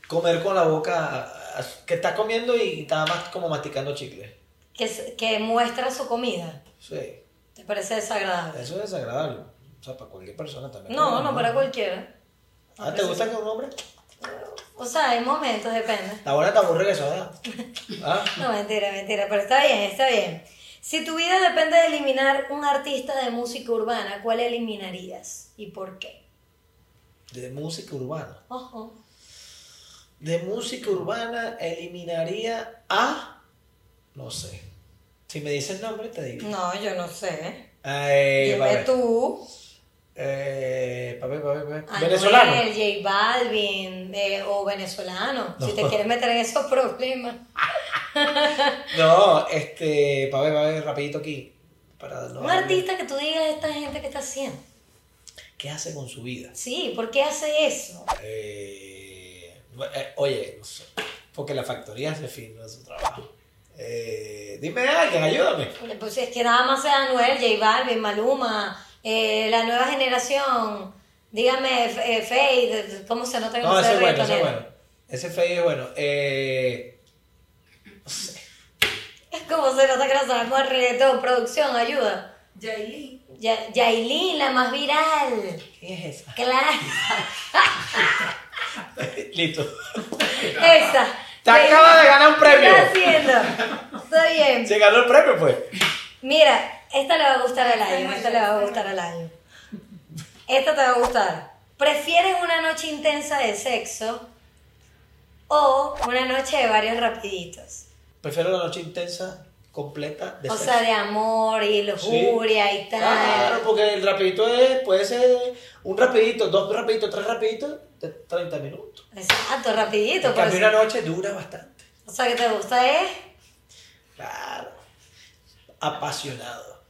Speaker 2: Comer con la boca a- a- que está comiendo y está más como masticando chicle.
Speaker 1: Que, se- que muestra su comida.
Speaker 2: Sí,
Speaker 1: ¿Te parece desagradable?
Speaker 2: eso es desagradable. O sea, para cualquier persona también.
Speaker 1: No, no para cualquiera.
Speaker 2: Ah, ¿te gusta que un hombre?
Speaker 1: O sea, hay momentos, depende.
Speaker 2: La buena te aburre eso, ¿verdad? ¿Ah?
Speaker 1: No, mentira, mentira, pero está bien, está bien. Si tu vida depende de eliminar un artista de música urbana, ¿cuál eliminarías y por qué?
Speaker 2: De música urbana.
Speaker 1: Ojo.
Speaker 2: De música urbana eliminaría a... No sé. Si me dices nombre, te digo.
Speaker 1: No, yo no sé. Mm. Dime
Speaker 2: Ay, Eh, vale.
Speaker 1: tú.
Speaker 2: Eh, pa' ver, pa' ver, pa' ver.
Speaker 1: Anuel,
Speaker 2: Venezolano.
Speaker 1: J Balvin eh, o venezolano, si te quieres meter en esos problemas.
Speaker 2: No, este, para ver, pa' ver, rapidito aquí. Para darlo
Speaker 1: Un
Speaker 2: a-
Speaker 1: artista que tú digas esta gente que está haciendo.
Speaker 2: ¿Qué hace con su vida?
Speaker 1: Sí, ¿por qué hace eso?
Speaker 2: Eh, eh, oye, no sé, porque la factoría hace fin de su trabajo. Eh, dime alguien, ayúdame.
Speaker 1: Pues es que nada más sea Anuel, J Balvin, Maluma, eh, la nueva generación. Dígame, eh, Fade, ¿cómo se nota que
Speaker 2: No,
Speaker 1: soy
Speaker 2: ese es bueno, ese es
Speaker 1: reggaetonera?
Speaker 2: bueno. Ese fade es bueno. Eh,
Speaker 1: (laughs) ¿Cómo se nota que no sabemos el reggaetón? Producción, ayuda.
Speaker 3: Yailin.
Speaker 1: Ya- Yailin, la más viral.
Speaker 2: ¿Quién es esa?
Speaker 1: Claro.
Speaker 2: (laughs)
Speaker 1: (laughs)
Speaker 2: Listo.
Speaker 1: Esa.
Speaker 2: Te acabas de ganar un premio.
Speaker 1: ¿Qué estás haciendo? Está bien.
Speaker 2: Se ganó el premio, pues.
Speaker 1: Mira, esta le va a gustar al año. Esta le va a gustar al año. Esta te va a gustar. ¿Prefieres una noche intensa de sexo o una noche de varios rapiditos?
Speaker 2: Prefiero la noche intensa, completa, de
Speaker 1: o
Speaker 2: sexo. Ah,
Speaker 1: sea, de amor y lujuria y tal.
Speaker 2: Claro, porque el rapidito es, puede ser un rapidito, dos rapiditos, tres rapiditos, de 30 minutos.
Speaker 1: Exacto,
Speaker 2: En
Speaker 1: rapidito. pero
Speaker 2: cambio, una noche dura bastante.
Speaker 1: O sea, que te gusta ¿eh? es
Speaker 2: Claro. Apasionado.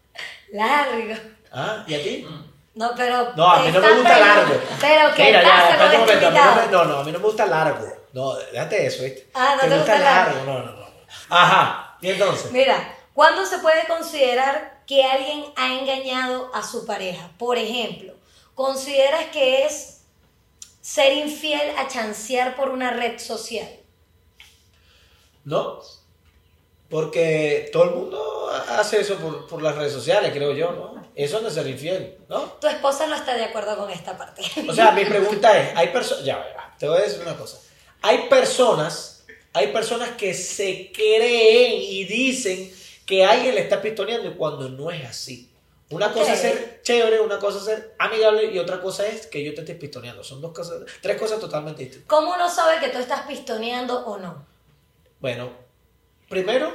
Speaker 1: largo.
Speaker 2: ¿Ah? ¿Y a ti?
Speaker 1: No, pero.
Speaker 2: No, a mí no me
Speaker 1: estás
Speaker 2: gusta
Speaker 1: pegando.
Speaker 2: largo.
Speaker 1: Pero que
Speaker 2: Mira, ya,
Speaker 1: pasa
Speaker 2: espérate
Speaker 1: con
Speaker 2: un
Speaker 1: este
Speaker 2: momento. a mí no, me-
Speaker 1: invitado.
Speaker 2: no, no, a mí no me gusta largo. No, déjate eso, ¿viste?
Speaker 1: Ah, no te gusta largo.
Speaker 2: No, no, no. Ajá. ¿Y entonces?
Speaker 1: Mira, ¿cuándo se puede considerar que alguien ha engañado a su pareja? Por ejemplo, ¿consideras que es ser infiel a chancear por una red social?
Speaker 2: No. Porque todo el mundo hace eso por, por las redes sociales, creo yo, ¿no? Eso no es ser infiel, ¿no?
Speaker 1: Tu esposa no está de acuerdo con esta parte.
Speaker 2: O sea, mi pregunta es, hay personas, ya, ya, te voy a decir una cosa. Hay personas, hay personas que se creen y dicen que alguien le está pistoneando cuando no es así. Una
Speaker 1: Ok.
Speaker 2: cosa es ser chévere, una cosa es ser amigable y otra cosa es que yo te esté pistoneando. Son dos cosas, tres cosas totalmente
Speaker 1: (laughs)
Speaker 2: distintas.
Speaker 1: ¿Cómo uno sabe que tú estás pistoneando o no?
Speaker 2: Bueno, primero,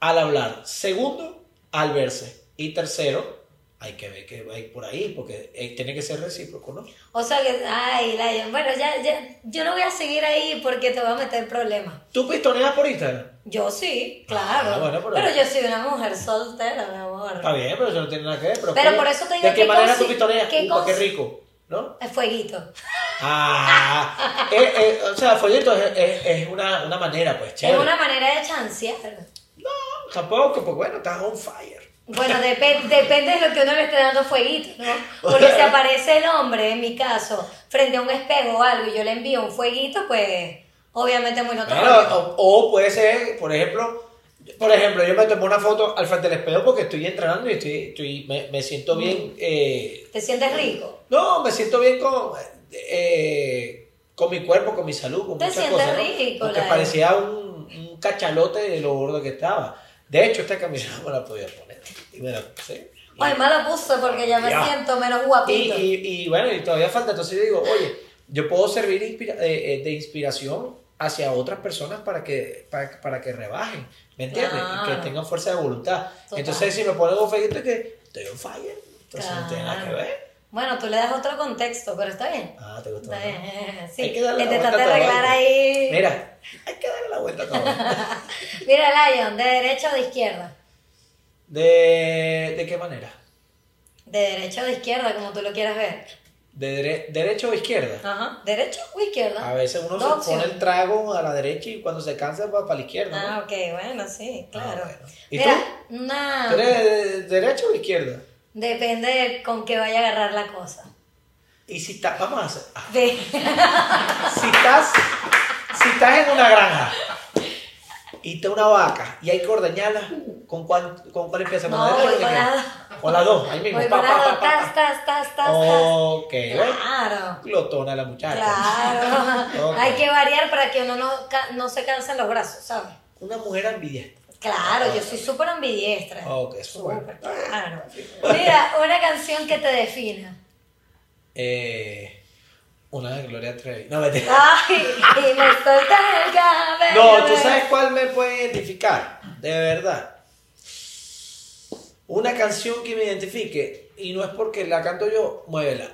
Speaker 2: al hablar. Segundo, al verse. Y tercero, hay que ver que va a ir por ahí, porque eh, tiene que ser recíproco, ¿no?
Speaker 1: O sea que, ay, Lion, bueno, ya, ya, yo no voy a seguir ahí porque te voy a meter problemas.
Speaker 2: ¿Tú pistoneas por Instagram?
Speaker 1: Yo sí, claro.
Speaker 2: Ah, bueno, pero-
Speaker 1: pero yo soy una mujer soltera, mi amor.
Speaker 2: Está bien, pero eso no tiene nada que ver. Pero,
Speaker 1: Pero
Speaker 2: ¿cómo?
Speaker 1: por eso te digo
Speaker 2: ¿De qué
Speaker 1: que
Speaker 2: manera tú
Speaker 1: consi-
Speaker 2: pistoneas?
Speaker 1: que
Speaker 2: Upa, qué
Speaker 1: consi-
Speaker 2: rico, ¿no?
Speaker 1: Es fueguito.
Speaker 2: Ah, eh, eh, o sea, folleto es, es- es una, una manera, pues, chévere.
Speaker 1: Es una manera de chancear.
Speaker 2: Tampoco, pues bueno, estás on fire.
Speaker 1: Bueno, depe- depende de lo que uno le esté dando fueguito, ¿no? Porque si aparece el hombre, en mi caso, frente a un espejo o algo y yo le envío un fueguito, pues obviamente muy
Speaker 2: Claro,
Speaker 1: notable.
Speaker 2: o, o puede ser, por ejemplo, por ejemplo, yo me tomo una foto al frente del espejo porque estoy entrenando y estoy, estoy- me, me siento
Speaker 1: Mm.
Speaker 2: bien. eh,
Speaker 1: ¿Te sientes rico?
Speaker 2: no, me siento bien con, eh, con mi cuerpo, con mi salud, con
Speaker 1: Te
Speaker 2: muchas
Speaker 1: sientes
Speaker 2: cosas. ¿no?
Speaker 1: rico,
Speaker 2: Porque
Speaker 1: la-
Speaker 2: parecía un, un cachalote de lo gordo que estaba. De hecho, esta camisa no (laughs) me la podía poner. Y me la puse. Y-
Speaker 1: Ay, mala puse porque ya me
Speaker 2: Ya.
Speaker 1: siento menos
Speaker 2: y,
Speaker 1: guapito.
Speaker 2: y- y bueno, y todavía falta. Entonces yo digo, oye, yo puedo servir inspira- eh, eh, de inspiración hacia otras personas para que, para, para que rebajen, ¿me entiendes? Y
Speaker 1: Claro.
Speaker 2: Que tengan fuerza de voluntad.
Speaker 1: Ah. Total.
Speaker 2: Entonces, si me ponen un feguito, es que estoy on fire. Entonces pues, no tiene nada que
Speaker 1: Claro.
Speaker 2: ver.
Speaker 1: Bueno, tú le das otro contexto, pero está bien.
Speaker 2: Ah, te gustó.
Speaker 1: Está
Speaker 2: ¿no?
Speaker 1: bien. (laughs) Sí,
Speaker 2: Hay que
Speaker 1: que
Speaker 2: darle la
Speaker 1: te
Speaker 2: vuelta
Speaker 1: traté de
Speaker 2: a todo.
Speaker 1: arreglar ahí.
Speaker 2: Mira, hay que darle la vuelta a
Speaker 1: (laughs)
Speaker 2: todo.
Speaker 1: Mira, Lion, ¿de derecha o de izquierda?
Speaker 2: ¿De, ¿De qué manera?
Speaker 1: De derecha o de izquierda, como tú lo quieras ver.
Speaker 2: ¿De dere- derecha o izquierda?
Speaker 1: Ajá. ¿Derecha o izquierda?
Speaker 2: A veces uno
Speaker 1: Ah. Dos
Speaker 2: se pone el
Speaker 1: opciones.
Speaker 2: trago a la derecha y cuando se cansa va para la izquierda. ¿no?
Speaker 1: Ah, ok, bueno, sí, claro.
Speaker 2: Ah, bueno. ¿Y
Speaker 1: Mira,
Speaker 2: tú?
Speaker 1: una-
Speaker 2: ¿Tú eres de- de derecha o izquierda?
Speaker 1: Depende de con qué vaya a agarrar la cosa. (laughs)
Speaker 2: Y si estás, vamos a hacer, ah,
Speaker 1: De-
Speaker 2: si estás, si estás en una granja y está una vaca y hay que ordeñarla, ¿con cuál, con cuál empieza?
Speaker 1: No,
Speaker 2: la derecha
Speaker 1: voy
Speaker 2: o
Speaker 1: con
Speaker 2: izquierda? Con las dos, ahí mismo.
Speaker 1: Voy
Speaker 2: pa, pa, pa, (laughs)
Speaker 1: parado,
Speaker 2: pa, pa.
Speaker 1: tas, tas, tas, tas, tas.
Speaker 2: Ok, ¿ves?
Speaker 1: Claro,
Speaker 2: Glotona la muchacha.
Speaker 1: claro.
Speaker 2: (laughs) Ok.
Speaker 1: Hay que variar para que uno no, ca- no se cansen los brazos, ¿sabes?
Speaker 2: Una mujer ambidiestra.
Speaker 1: Claro, yo soy súper ambidiestra.
Speaker 2: Ok, eso es bueno.
Speaker 1: Ah, Súper, claro. Mira, una canción que te defina.
Speaker 2: Eh, una de Gloria Trevi. No, vete. (laughs)
Speaker 1: Ay, y me sueltas el cabello.
Speaker 2: No, tú sabes cuál me puede identificar, de verdad. Una canción que me identifique, y no es porque la canto yo, muévela.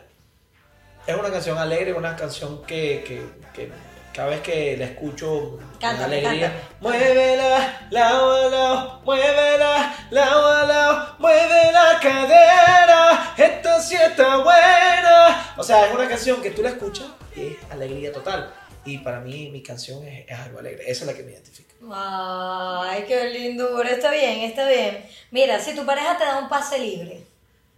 Speaker 2: Es una canción alegre, una canción que, que, que cada vez que la escucho,
Speaker 1: Canta,
Speaker 2: me da alegría.
Speaker 1: canta.
Speaker 2: Muévela, lao a lao, muévela, lao a lao, mueve la cadera, esta sí está buena. O sea, es una canción que tú la escuchas y es alegría total. Y para mí, mi canción es, es algo alegre. Esa es la que me identifica.
Speaker 1: Ay, qué lindura. Está bien, está bien. Mira, si tu pareja te da un pase libre,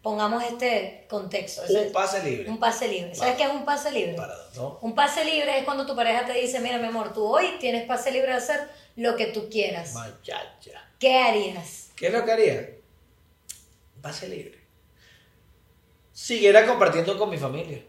Speaker 1: pongamos este contexto. Ese-
Speaker 2: Un pase libre.
Speaker 1: un pase libre. ¿Sabes
Speaker 2: Vale.
Speaker 1: qué es un pase libre?
Speaker 2: Para dos, ¿no?
Speaker 1: Un pase libre es cuando tu pareja te dice, mira, mi amor, tú hoy tienes pase libre de hacer lo que tú quieras.
Speaker 2: Muchacha.
Speaker 1: ¿Qué harías?
Speaker 2: ¿Qué es lo que haría? Pase libre. Siguiera compartiendo con mi familia.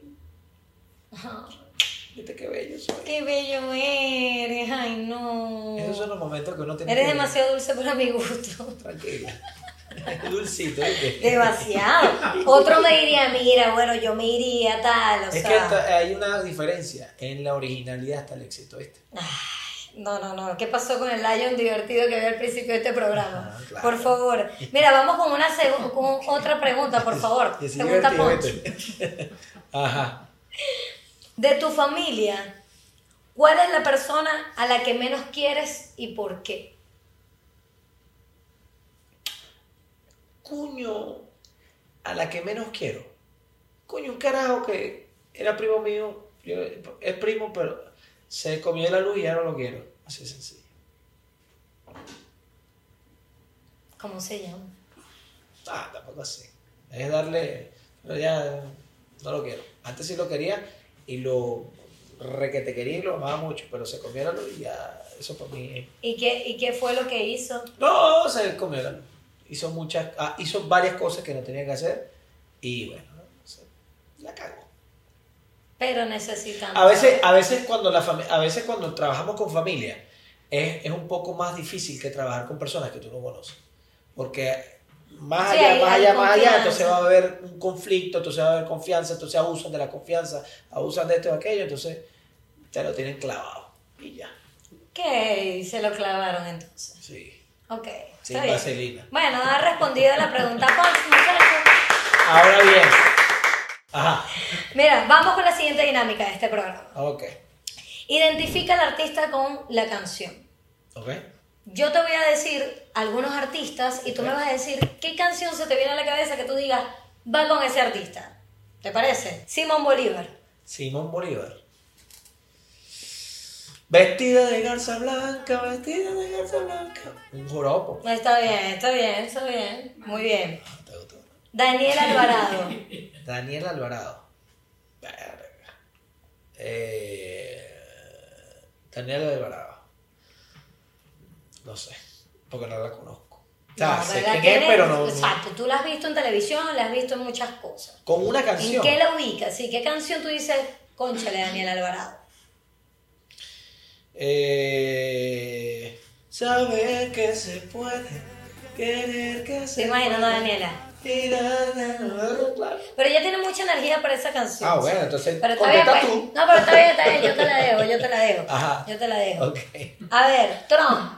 Speaker 2: Viste qué bello soy.
Speaker 1: Qué bello eres, ay no.
Speaker 2: Esos son los momentos que uno tiene
Speaker 1: Eres
Speaker 2: que-
Speaker 1: demasiado dulce para mi gusto. (laughs)
Speaker 2: Tranquila. (laughs) Dulcito, ¿viste? (laughs)
Speaker 1: Demasiado. Otro me diría, mira, bueno, yo me iría tal, o
Speaker 2: Es
Speaker 1: sea.
Speaker 2: que esta- hay una diferencia. En la originalidad está el éxito, ¿viste?
Speaker 1: No, no, no. ¿Qué pasó con el Lion divertido que había al principio de este programa?
Speaker 2: Ah, claro.
Speaker 1: Por favor. Mira, vamos con una segu- con otra pregunta, por favor.
Speaker 2: Que sí,
Speaker 1: Pregunta Poncho.
Speaker 2: divertido, ¿viste? (laughs) Ajá.
Speaker 1: De tu familia, ¿cuál es la persona a la que menos quieres y por qué?
Speaker 2: Coño, a la que menos quiero. Coño, un carajo que era primo mío. yo- es primo, pero se comió la luz y ya no lo quiero. Así de sencillo.
Speaker 1: ¿Cómo se llama?
Speaker 2: Ah, tampoco así. Es darle. Pero ya no lo quiero. Antes sí lo quería y lo requete quería y lo amaba mucho, pero se comió la luz y ya. Eso para mí. es-
Speaker 1: ¿Y qué, y qué fue lo que hizo?
Speaker 2: No, se comió la luz. Hizo, muchas, ah, hizo varias cosas que no tenía que hacer y bueno, se- la cagó.
Speaker 1: Pero necesitamos.
Speaker 2: A veces, a veces cuando la fami- a veces cuando trabajamos con familia es, es un poco más difícil que trabajar con personas que tú no conoces. Porque más
Speaker 1: Sí,
Speaker 2: allá,
Speaker 1: hay-
Speaker 2: más
Speaker 1: hay
Speaker 2: allá, más allá,
Speaker 1: confianza.
Speaker 2: entonces va a haber un conflicto, entonces va a haber confianza, entonces abusan de la confianza, abusan de esto y aquello, entonces te lo tienen clavado. Y ya.
Speaker 1: ¿Qué? Se lo clavaron entonces.
Speaker 2: Sí.
Speaker 1: Ok.
Speaker 2: Sin
Speaker 1: está bien.
Speaker 2: vaselina.
Speaker 1: Bueno, ha respondido la pregunta, Ponce, muchachos.
Speaker 2: Ahora bien. Ajá.
Speaker 1: Mira, vamos con la siguiente dinámica de este programa.
Speaker 2: Ok.
Speaker 1: Identifica al artista con la canción.
Speaker 2: Ok.
Speaker 1: Yo te voy a decir algunos artistas y tú me vas a decir qué canción se te viene a la cabeza que tú digas va con ese artista. ¿Te parece? Simón Bolívar.
Speaker 2: Simón Bolívar. Vestida de garza blanca, vestida de garza blanca. Un joropo.
Speaker 1: Está bien, está bien, está bien. Muy bien.
Speaker 2: Ah, te gustó. (laughs)
Speaker 1: Daniel Alvarado.
Speaker 2: Daniel Alvarado. Verga. Eh, Daniel Alvarado. No sé, porque no la conozco. O sea,
Speaker 1: No,
Speaker 2: sé
Speaker 1: ¿verdad
Speaker 2: quién
Speaker 1: que
Speaker 2: es,
Speaker 1: eres?
Speaker 2: pero no- no.
Speaker 1: Exacto, tú la has visto en televisión, la has visto en muchas cosas.
Speaker 2: Con una
Speaker 1: ¿En
Speaker 2: canción.
Speaker 1: qué la ubicas? ¿Y qué canción tú dices, conchale, Daniel Alvarado?
Speaker 2: Eh, saber que se puede, querer que se
Speaker 1: Estoy imaginando a Daniela.
Speaker 2: Daniela.
Speaker 1: Pero ella tiene mucha energía para esa canción.
Speaker 2: Ah, bueno, entonces
Speaker 1: Pero está bien,
Speaker 2: contesta
Speaker 1: pues.
Speaker 2: tú.
Speaker 1: No, pero está bien, está bien, yo te la dejo, yo te la dejo.
Speaker 2: Ajá.
Speaker 1: Yo te la dejo.
Speaker 2: Ok.
Speaker 1: A ver, Trump.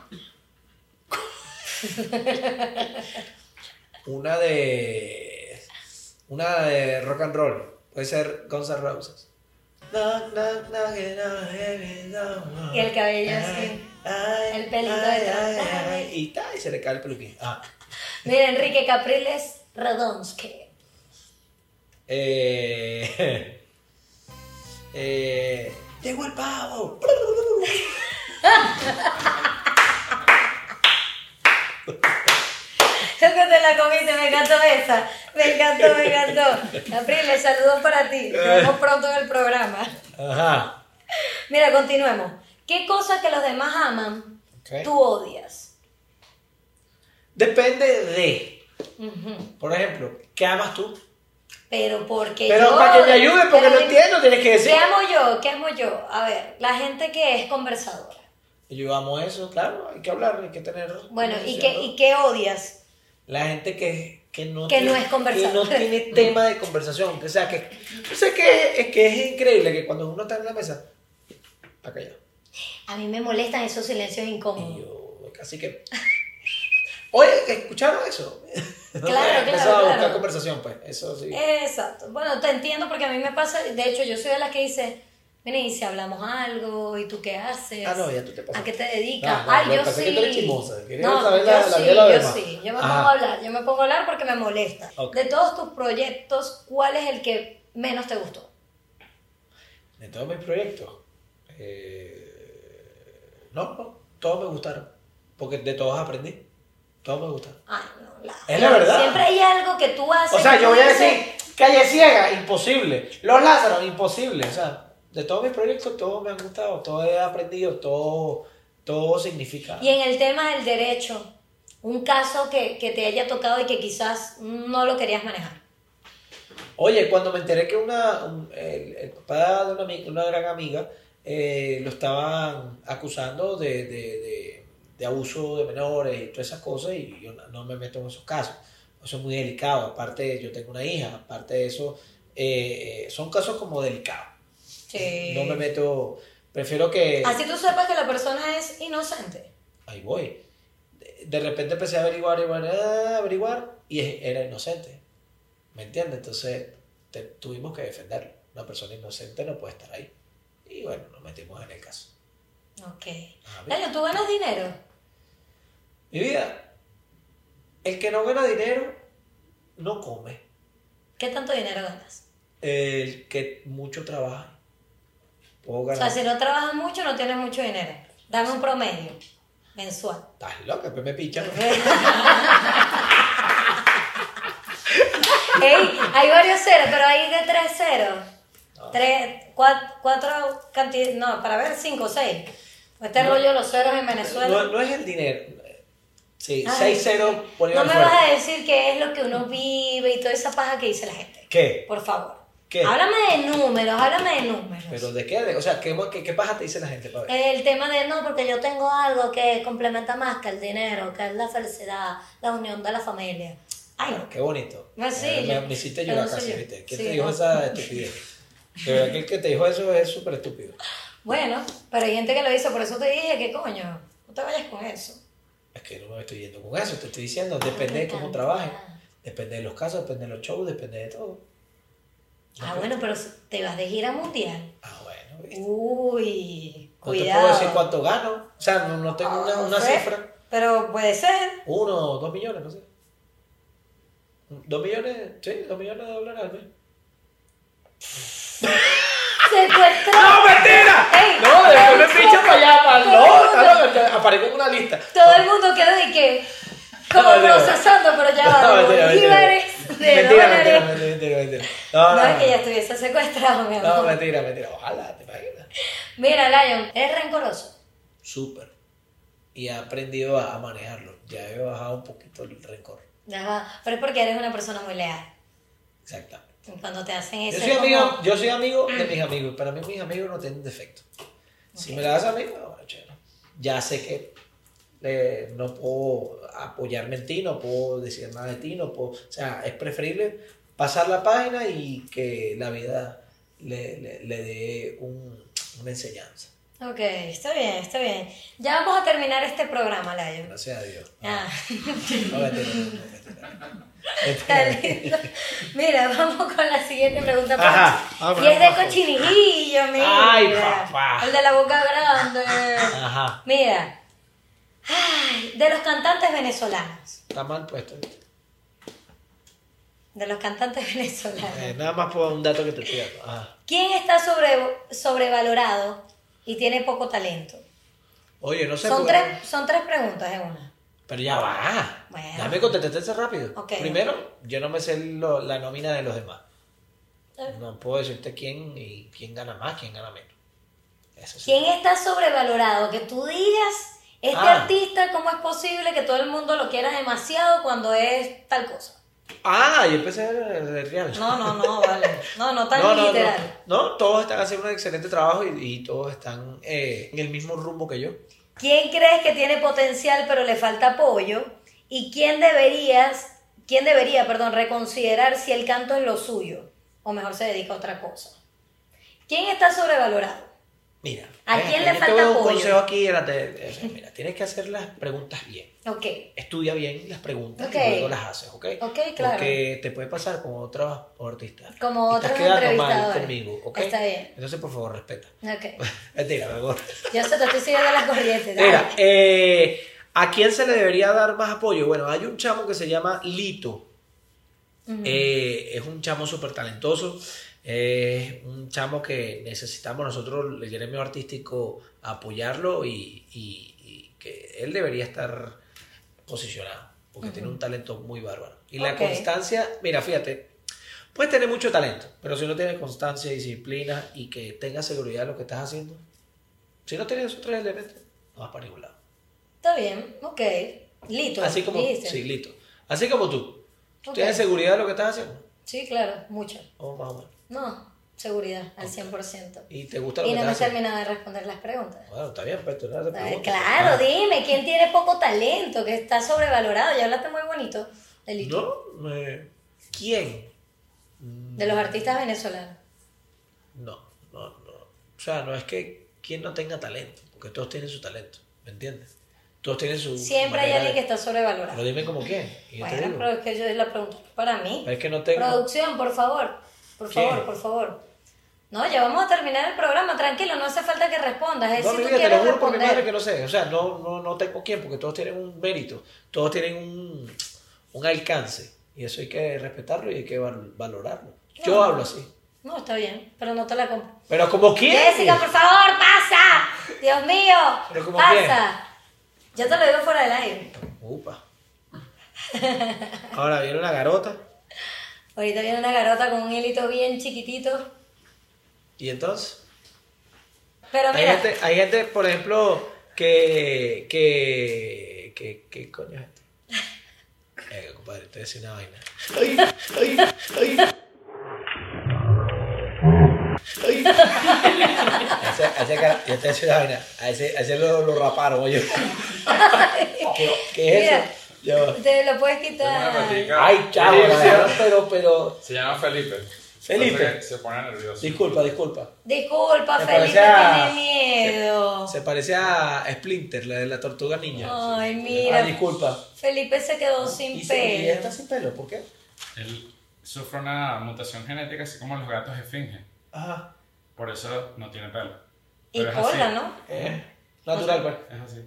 Speaker 2: Una de. Una de rock and roll. Puede ser Guns N' Roses.
Speaker 1: Y el cabello así. El pelito de atrás.
Speaker 2: Y ta, y se le cae el peluquín. Ah.
Speaker 1: Mira, Enrique Capriles Radonsky.
Speaker 2: Eh, (laughs) eh, llegó el pavo.
Speaker 1: Yo que te la comiste, me encantó esa. Me encantó, me encantó. Capriles, saludos para ti. Nos vemos pronto en el programa.
Speaker 2: Ajá.
Speaker 1: Mira, continuemos. ¿Qué cosas que los demás aman
Speaker 2: Ok.
Speaker 1: tú odias?
Speaker 2: Depende de.
Speaker 1: Ujú.
Speaker 2: Por ejemplo, ¿qué amas tú?
Speaker 1: Pero porque
Speaker 2: Pero
Speaker 1: yo-
Speaker 2: para que me ayude, porque
Speaker 1: pero
Speaker 2: no
Speaker 1: me-
Speaker 2: entiendo, tienes que decir.
Speaker 1: ¿Qué amo yo? ¿Qué amo yo? A ver, la gente que es conversadora.
Speaker 2: Yo amo eso, claro, hay que hablar, hay que tener.
Speaker 1: Bueno, ¿y
Speaker 2: conversación,
Speaker 1: qué,
Speaker 2: ¿no?
Speaker 1: ¿y qué odias?
Speaker 2: La gente que, que no
Speaker 1: Que
Speaker 2: tiene,
Speaker 1: no es conversadora.
Speaker 2: que no
Speaker 1: (laughs)
Speaker 2: tiene tema de conversación. O sea, que, o sea que, es que es increíble que cuando uno está en la mesa, está callado.
Speaker 1: A mí me molestan esos silencios (laughs)
Speaker 2: Y
Speaker 1: incómodos.
Speaker 2: yo, casi que. Oye, ¿escucharon eso? (laughs)
Speaker 1: claro,
Speaker 2: Empezó a buscar
Speaker 1: claro. Eh.
Speaker 2: conversación, pues. Eso sí.
Speaker 1: Exacto. Bueno, te entiendo porque a mí me pasa, de hecho yo soy de las que dice, mira, y si hablamos algo, ¿y tú qué haces?
Speaker 2: Ah, no, ya tú te pasas.
Speaker 1: ¿A qué te dedicas?
Speaker 2: Ah,
Speaker 1: Ay,
Speaker 2: no, lo
Speaker 1: yo
Speaker 2: que
Speaker 1: sí.
Speaker 2: pasa es que tú eres chismosa, querías
Speaker 1: no,
Speaker 2: saber
Speaker 1: yo
Speaker 2: la- la
Speaker 1: sí,
Speaker 2: vida de los
Speaker 1: yo
Speaker 2: demás.
Speaker 1: sí. Yo me
Speaker 2: Ajá.
Speaker 1: pongo a hablar, yo me pongo a hablar porque me molesta.
Speaker 2: Ok.
Speaker 1: De todos tus proyectos, ¿cuál es el que menos te gustó?
Speaker 2: De todos mis proyectos. eh, no, no, todos me gustaron. Porque de todos aprendí. Todos me gustaron.
Speaker 1: Ay, no, la,
Speaker 2: Es la verdad.
Speaker 1: Siempre hay algo que tú haces.
Speaker 2: O sea,
Speaker 1: que
Speaker 2: yo
Speaker 1: tú
Speaker 2: voy a
Speaker 1: dices,
Speaker 2: decir, Calle Ciega, imposible. Los Lázaro, imposible. O sea, de todos mis proyectos, todos me han gustado, todos he aprendido, todo, todo significa.
Speaker 1: Y en el tema del derecho, un caso que, que te haya tocado y que quizás no lo querías manejar.
Speaker 2: Oye, cuando me enteré que una, un- el, el papá de una, ami- una gran amiga eh, lo estaban acusando de, de- de- de abuso de menores y todas esas cosas, y yo no- no me meto en esos casos. Eso es muy delicado. Aparte, yo tengo una hija, aparte de eso, eh, eh, son casos como delicados. No me meto. Prefiero que.
Speaker 1: Así tú sepas que la persona es inocente.
Speaker 2: Ahí voy. De, de repente empecé a averiguar, averiguar, ah, averiguar, y es- era inocente. ¿Me entiendes? Entonces te- tuvimos que defenderlo. Una persona inocente no puede estar ahí. Y bueno, nos metimos en el caso.
Speaker 1: Ok.
Speaker 2: A ver.
Speaker 1: Daniel, ¿tú ganas dinero?
Speaker 2: Mi vida, el que no gana dinero no come.
Speaker 1: ¿Qué tanto dinero ganas?
Speaker 2: El que mucho trabaja, puedo
Speaker 1: O
Speaker 2: ganar.
Speaker 1: sea, si no trabajas mucho, no tienes mucho dinero. Dame un promedio mensual.
Speaker 2: Estás loca, pues
Speaker 1: (laughs)
Speaker 2: me pichan.
Speaker 1: Ey, hay varios ceros, pero hay de tres ceros.
Speaker 2: No.
Speaker 1: Tres, cuatro, cuatro cantidades. No, para ver, cinco o seis. Este
Speaker 2: No.
Speaker 1: rollo de los ceros en Venezuela.
Speaker 2: No, no es el dinero. Sí,
Speaker 1: Ay,
Speaker 2: 6-0
Speaker 1: No
Speaker 2: Bolívar
Speaker 1: me
Speaker 2: fuerte.
Speaker 1: vas a decir qué es lo que uno vive y toda esa paja que dice la gente.
Speaker 2: ¿Qué?
Speaker 1: Por favor.
Speaker 2: ¿Qué?
Speaker 1: Háblame de números, háblame de números.
Speaker 2: ¿Pero de qué? De- O sea, ¿qué, qué, qué paja te dice la gente para ver?
Speaker 1: El tema de no, porque yo tengo algo que complementa más que el dinero, que es la felicidad, la unión de la familia. Ay, no.
Speaker 2: Ah, Qué bonito.
Speaker 1: No, sí,
Speaker 2: Eh, me,
Speaker 1: yo-
Speaker 2: me hiciste
Speaker 1: pero
Speaker 2: llorar
Speaker 1: no soy
Speaker 2: casi,
Speaker 1: yo.
Speaker 2: ¿viste? ¿Quién
Speaker 1: Sí,
Speaker 2: te dijo
Speaker 1: no.
Speaker 2: esa estupidez? De verdad que el que te dijo eso es súper estúpido.
Speaker 1: Bueno, pero hay gente que lo hizo, por eso te dije que coño, no te vayas con eso.
Speaker 2: Es que no me estoy yendo con eso, te estoy diciendo, depende de cómo
Speaker 1: encanta.
Speaker 2: trabajes, depende de los casos, depende de los shows, depende de todo.
Speaker 1: Ah, bueno, pero te vas de gira mundial.
Speaker 2: Ah, bueno, ¿viste?
Speaker 1: Uy,
Speaker 2: No te puedo
Speaker 1: cuidado.
Speaker 2: decir cuánto gano, o sea, no, no tengo una,
Speaker 1: Ah,
Speaker 2: una
Speaker 1: no sé,
Speaker 2: cifra,
Speaker 1: Pero puede ser.
Speaker 2: uno o dos millones, no sé. Dos millones, sí, dos millones de dólares al mes.
Speaker 1: Secuestrado.
Speaker 2: mentira!
Speaker 1: Ey,
Speaker 2: no, después me
Speaker 1: ey,
Speaker 2: picha para allá, para
Speaker 1: todo el mundo-
Speaker 2: no, no, no, aparezco en una lista.
Speaker 1: Todo el mundo quedó de que como
Speaker 2: No, no.
Speaker 1: procesando, pero ya va de bolívares, de
Speaker 2: mentira,
Speaker 1: dólares.
Speaker 2: mentira, mentira, mentira, mentira.
Speaker 1: No,
Speaker 2: No, no,
Speaker 1: es que ya
Speaker 2: no,
Speaker 1: estuviese secuestrado, mi
Speaker 2: no,
Speaker 1: amor.
Speaker 2: mentira, mentira. Ojalá, te imaginas.
Speaker 1: Mira, Lion, eres rencoroso.
Speaker 2: Súper. Y he aprendido a, a manejarlo. Ya he bajado un poquito el rencor.
Speaker 1: Ajá, Pero es porque eres una persona muy leal.
Speaker 2: Exactamente.
Speaker 1: Cuando te hacen eso.
Speaker 2: Yo soy,
Speaker 1: es como- Ah.
Speaker 2: amigo, yo soy amigo de mis amigos. Para mí, mis amigos no tienen defecto. Si me la das a mí, ah, bueno, chévere. Ya sé que eh, no puedo apoyarme en ti, no puedo decir nada de ti, no puedo. O sea, es preferible pasar la página y que la vida le, le- le dé un- una enseñanza.
Speaker 1: Ok, está bien, está bien. Ya vamos a terminar este programa, Lion.
Speaker 2: Gracias a Dios.
Speaker 1: Ah,
Speaker 2: No, mentira, no, no, mentira.
Speaker 1: está lindo. Mira, vamos con la siguiente pregunta.
Speaker 2: Ajá,
Speaker 1: Pancho.
Speaker 2: vamos,
Speaker 1: y es de
Speaker 2: Ah, vamos.
Speaker 1: cochinijillo, mira.
Speaker 2: Ay, papá.
Speaker 1: El de la boca grande.
Speaker 2: Ajá.
Speaker 1: Mira, ay, de los cantantes venezolanos,
Speaker 2: Está mal puesto.
Speaker 1: de los cantantes (laughs)
Speaker 2: Eh,
Speaker 1: venezolanos,
Speaker 2: nada más por un dato que te estoy dando. Ajá.
Speaker 1: ¿quién está sobre, sobrevalorado y tiene poco talento?
Speaker 2: Oye, no sé.
Speaker 1: Son
Speaker 2: por-
Speaker 1: tres, son tres preguntas en una.
Speaker 2: Pero ya va.
Speaker 1: Bueno.
Speaker 2: Dame contestaste eso rápido.
Speaker 1: Ok.
Speaker 2: Primero, yo no me sé lo- la nómina de los demás.
Speaker 1: Ah.
Speaker 2: No puedo decirte quién y quién gana más, quién gana menos. Eso sí.
Speaker 1: ¿Quién está sobrevalorado? Que tú digas, este
Speaker 2: Ah.
Speaker 1: artista, ¿cómo es posible que todo el mundo lo quiera demasiado cuando es tal cosa?
Speaker 2: Ah, yo empecé el, el real.
Speaker 1: No, no, no, vale. No, no tan
Speaker 2: No, no,
Speaker 1: literal.
Speaker 2: no, No, todos están haciendo un excelente trabajo y, y todos están eh, en el mismo rumbo que yo.
Speaker 1: ¿Quién crees que tiene potencial pero le falta apoyo? ¿Y quién deberías, quién debería, perdón, reconsiderar si el canto es lo suyo? O mejor se dedica a otra cosa. ¿Quién está sobrevalorado?
Speaker 2: Mira.
Speaker 1: ¿A
Speaker 2: ven,
Speaker 1: quién
Speaker 2: yo
Speaker 1: le
Speaker 2: te
Speaker 1: falta
Speaker 2: voy a dar un
Speaker 1: apoyo?
Speaker 2: consejo aquí. espérate,
Speaker 1: (laughs)
Speaker 2: o sea, Mira, tienes que hacer las preguntas bien.
Speaker 1: Ok.
Speaker 2: Estudia bien las preguntas
Speaker 1: Ok.
Speaker 2: y luego las haces, ¿ok?
Speaker 1: Ok, claro.
Speaker 2: Porque te puede pasar con otros artistas.
Speaker 1: Como
Speaker 2: Y te has
Speaker 1: otros
Speaker 2: quedado mal
Speaker 1: entrevistadores.
Speaker 2: conmigo, ¿ok?
Speaker 1: Está bien.
Speaker 2: Entonces, por favor, respeta.
Speaker 1: Ok.
Speaker 2: Mentira, me voy.
Speaker 1: Yo se te estoy siguiendo la corriente. dale.
Speaker 2: Mira, eh, ¿a quién se le debería dar más apoyo? Bueno, hay un chamo que se llama Lito.
Speaker 1: Ujú.
Speaker 2: Eh, es un chamo súper talentoso. Es un chamo que necesitamos nosotros, el gremio artístico, apoyarlo y, y- y que él debería estar posicionado. Porque tiene un talento muy bárbaro. Y la
Speaker 1: Ok.
Speaker 2: constancia, mira, fíjate, puedes tener mucho talento, pero si no tienes constancia, disciplina y que tengas seguridad en lo que estás haciendo, si no tienes esos tres elementos, no vas para ningún lado.
Speaker 1: Está bien, ok. Lito.
Speaker 2: Así como,
Speaker 1: dijiste.
Speaker 2: sí, listo. Así como tú. ¿Tú
Speaker 1: Ok.
Speaker 2: tienes seguridad de lo que estás haciendo?
Speaker 1: Sí, claro, mucho.
Speaker 2: O más o menos.
Speaker 1: No, seguridad, al 100%.
Speaker 2: ¿Y te gusta lo
Speaker 1: Y
Speaker 2: que
Speaker 1: no me
Speaker 2: estás haciendo?
Speaker 1: termina de responder las preguntas.
Speaker 2: Bueno, está bien, pues tú no te
Speaker 1: Ah,
Speaker 2: preguntas.
Speaker 1: Claro,
Speaker 2: Ah,
Speaker 1: dime, ¿quién tiene poco talento? Que está sobrevalorado. Ya hablaste muy bonito de Lito.
Speaker 2: No, me- ¿quién?
Speaker 1: De los artistas venezolanos.
Speaker 2: No, no, no. O sea, no es que quien no tenga talento, porque todos tienen su talento, ¿me entiendes? Todos tienen su.
Speaker 1: Siempre hay
Speaker 2: manera
Speaker 1: alguien que está
Speaker 2: de- Pero
Speaker 1: sobrevalorado.
Speaker 2: dime como quién. Y yo te
Speaker 1: Bueno,
Speaker 2: digo.
Speaker 1: pero es que yo la pregunta es para mí.
Speaker 2: Pero es que no tengo.
Speaker 1: Producción, por favor. Por
Speaker 2: ¿Quién?
Speaker 1: favor, por favor. No, ya vamos a terminar el programa, tranquilo, no hace falta que respondas. Es
Speaker 2: No,
Speaker 1: si
Speaker 2: mi
Speaker 1: tú
Speaker 2: vida, te lo
Speaker 1: quieres
Speaker 2: juro por mi madre
Speaker 1: responder.
Speaker 2: que no sé. O sea, no, no, no tengo quién, porque todos tienen un mérito, todos tienen un, un alcance. Y eso hay que respetarlo y hay que val- valorarlo. Yo hablo así.
Speaker 1: No, está bien, pero no te la compro.
Speaker 2: Pero como quién.
Speaker 1: Jessica, por favor, pasa. Dios mío,
Speaker 2: Pero como
Speaker 1: pasa. Yo te lo digo fuera del aire.
Speaker 2: Upa. Ahora viene la garota.
Speaker 1: Ahorita viene una garota con un hilito bien chiquitito.
Speaker 2: Y entonces.
Speaker 1: Pero
Speaker 2: Hay
Speaker 1: mira,
Speaker 2: gente, hay gente, por ejemplo, que. que. que. que coño es (laughs) esto. Eh, compadre, te decía una vaina. Ay, ay, ay. Ay. A ese- a ese cara- yo te decía una vaina. A ese, a ese lo, lo raparon, oye. ¿Qué, qué es
Speaker 1: Mira.
Speaker 2: eso? Ya va.
Speaker 1: te lo puedes
Speaker 5: Tengo una
Speaker 1: quitar.
Speaker 5: platica.
Speaker 2: Ay, chavo, la verdad, pero, pero.
Speaker 5: Se llama Felipe.
Speaker 2: Felipe.
Speaker 5: Pasa que Se pone nervioso.
Speaker 2: Disculpa, disculpa.
Speaker 1: Disculpa,
Speaker 2: Me
Speaker 1: Felipe,
Speaker 2: parece a-
Speaker 1: tiene miedo.
Speaker 2: Se parece a Splinter, la de la tortuga niña.
Speaker 1: Ay,
Speaker 2: Ah,
Speaker 1: Oh, mira.
Speaker 2: disculpa.
Speaker 1: Felipe se quedó sin
Speaker 2: Y se- y está
Speaker 1: pelo.
Speaker 2: sin pelo, ¿por qué?
Speaker 5: Él sufre una mutación genética, así como los gatos esfinge.
Speaker 2: Ajá.
Speaker 5: Por eso no tiene pelo.
Speaker 1: Y
Speaker 5: Pero es así.
Speaker 1: cola, ¿no?
Speaker 2: Eh, natural, pues.
Speaker 5: Es así.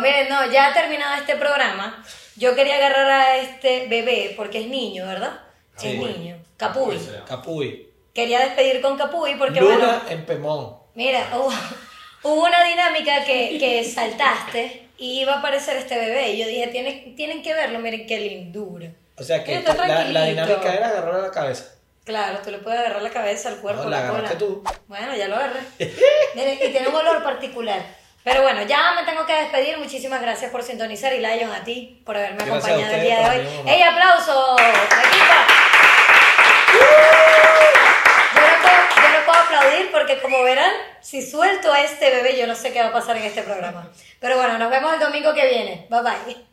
Speaker 1: Miren, no, ya terminado este programa, yo quería agarrar a este bebé, porque es niño, ¿verdad?
Speaker 5: Sí.
Speaker 1: Es
Speaker 5: Ah, Capuy.
Speaker 1: niño. Capuy.
Speaker 5: se llama.
Speaker 2: Capuy.
Speaker 1: Quería despedir con Capuy porque,
Speaker 2: Luna
Speaker 1: bueno,
Speaker 2: en Pemón.
Speaker 1: mira, hubo, (laughs) hubo una dinámica que, que saltaste y iba a aparecer este bebé. Y yo dije, tienen, tienen que verlo, miren qué lindura.
Speaker 2: O sea que
Speaker 1: Mira, está
Speaker 2: la- la,
Speaker 1: tranquilito.
Speaker 2: dinámica era agarrar la cabeza.
Speaker 1: Claro, tú le puedes agarrar la cabeza, el cuerpo,
Speaker 2: No, la
Speaker 1: la cola.
Speaker 2: agarraste tú.
Speaker 1: Bueno, ya lo agarré. (laughs) Miren, y tiene un olor particular. Pero bueno, ya me tengo que despedir. Muchísimas gracias por sintonizar y Lion a ti por haberme
Speaker 2: Gracias a
Speaker 1: acompañado el
Speaker 2: ustedes
Speaker 1: día de
Speaker 2: por
Speaker 1: hoy.
Speaker 2: venir, mamá.
Speaker 1: ¡Ey, aplauso! ¡Equipo! Uh. Yo no, puedo, yo no puedo aplaudir porque como verán, si suelto a este bebé, yo no sé qué va a pasar en este programa. Pero bueno, nos vemos el domingo que viene. Bye bye.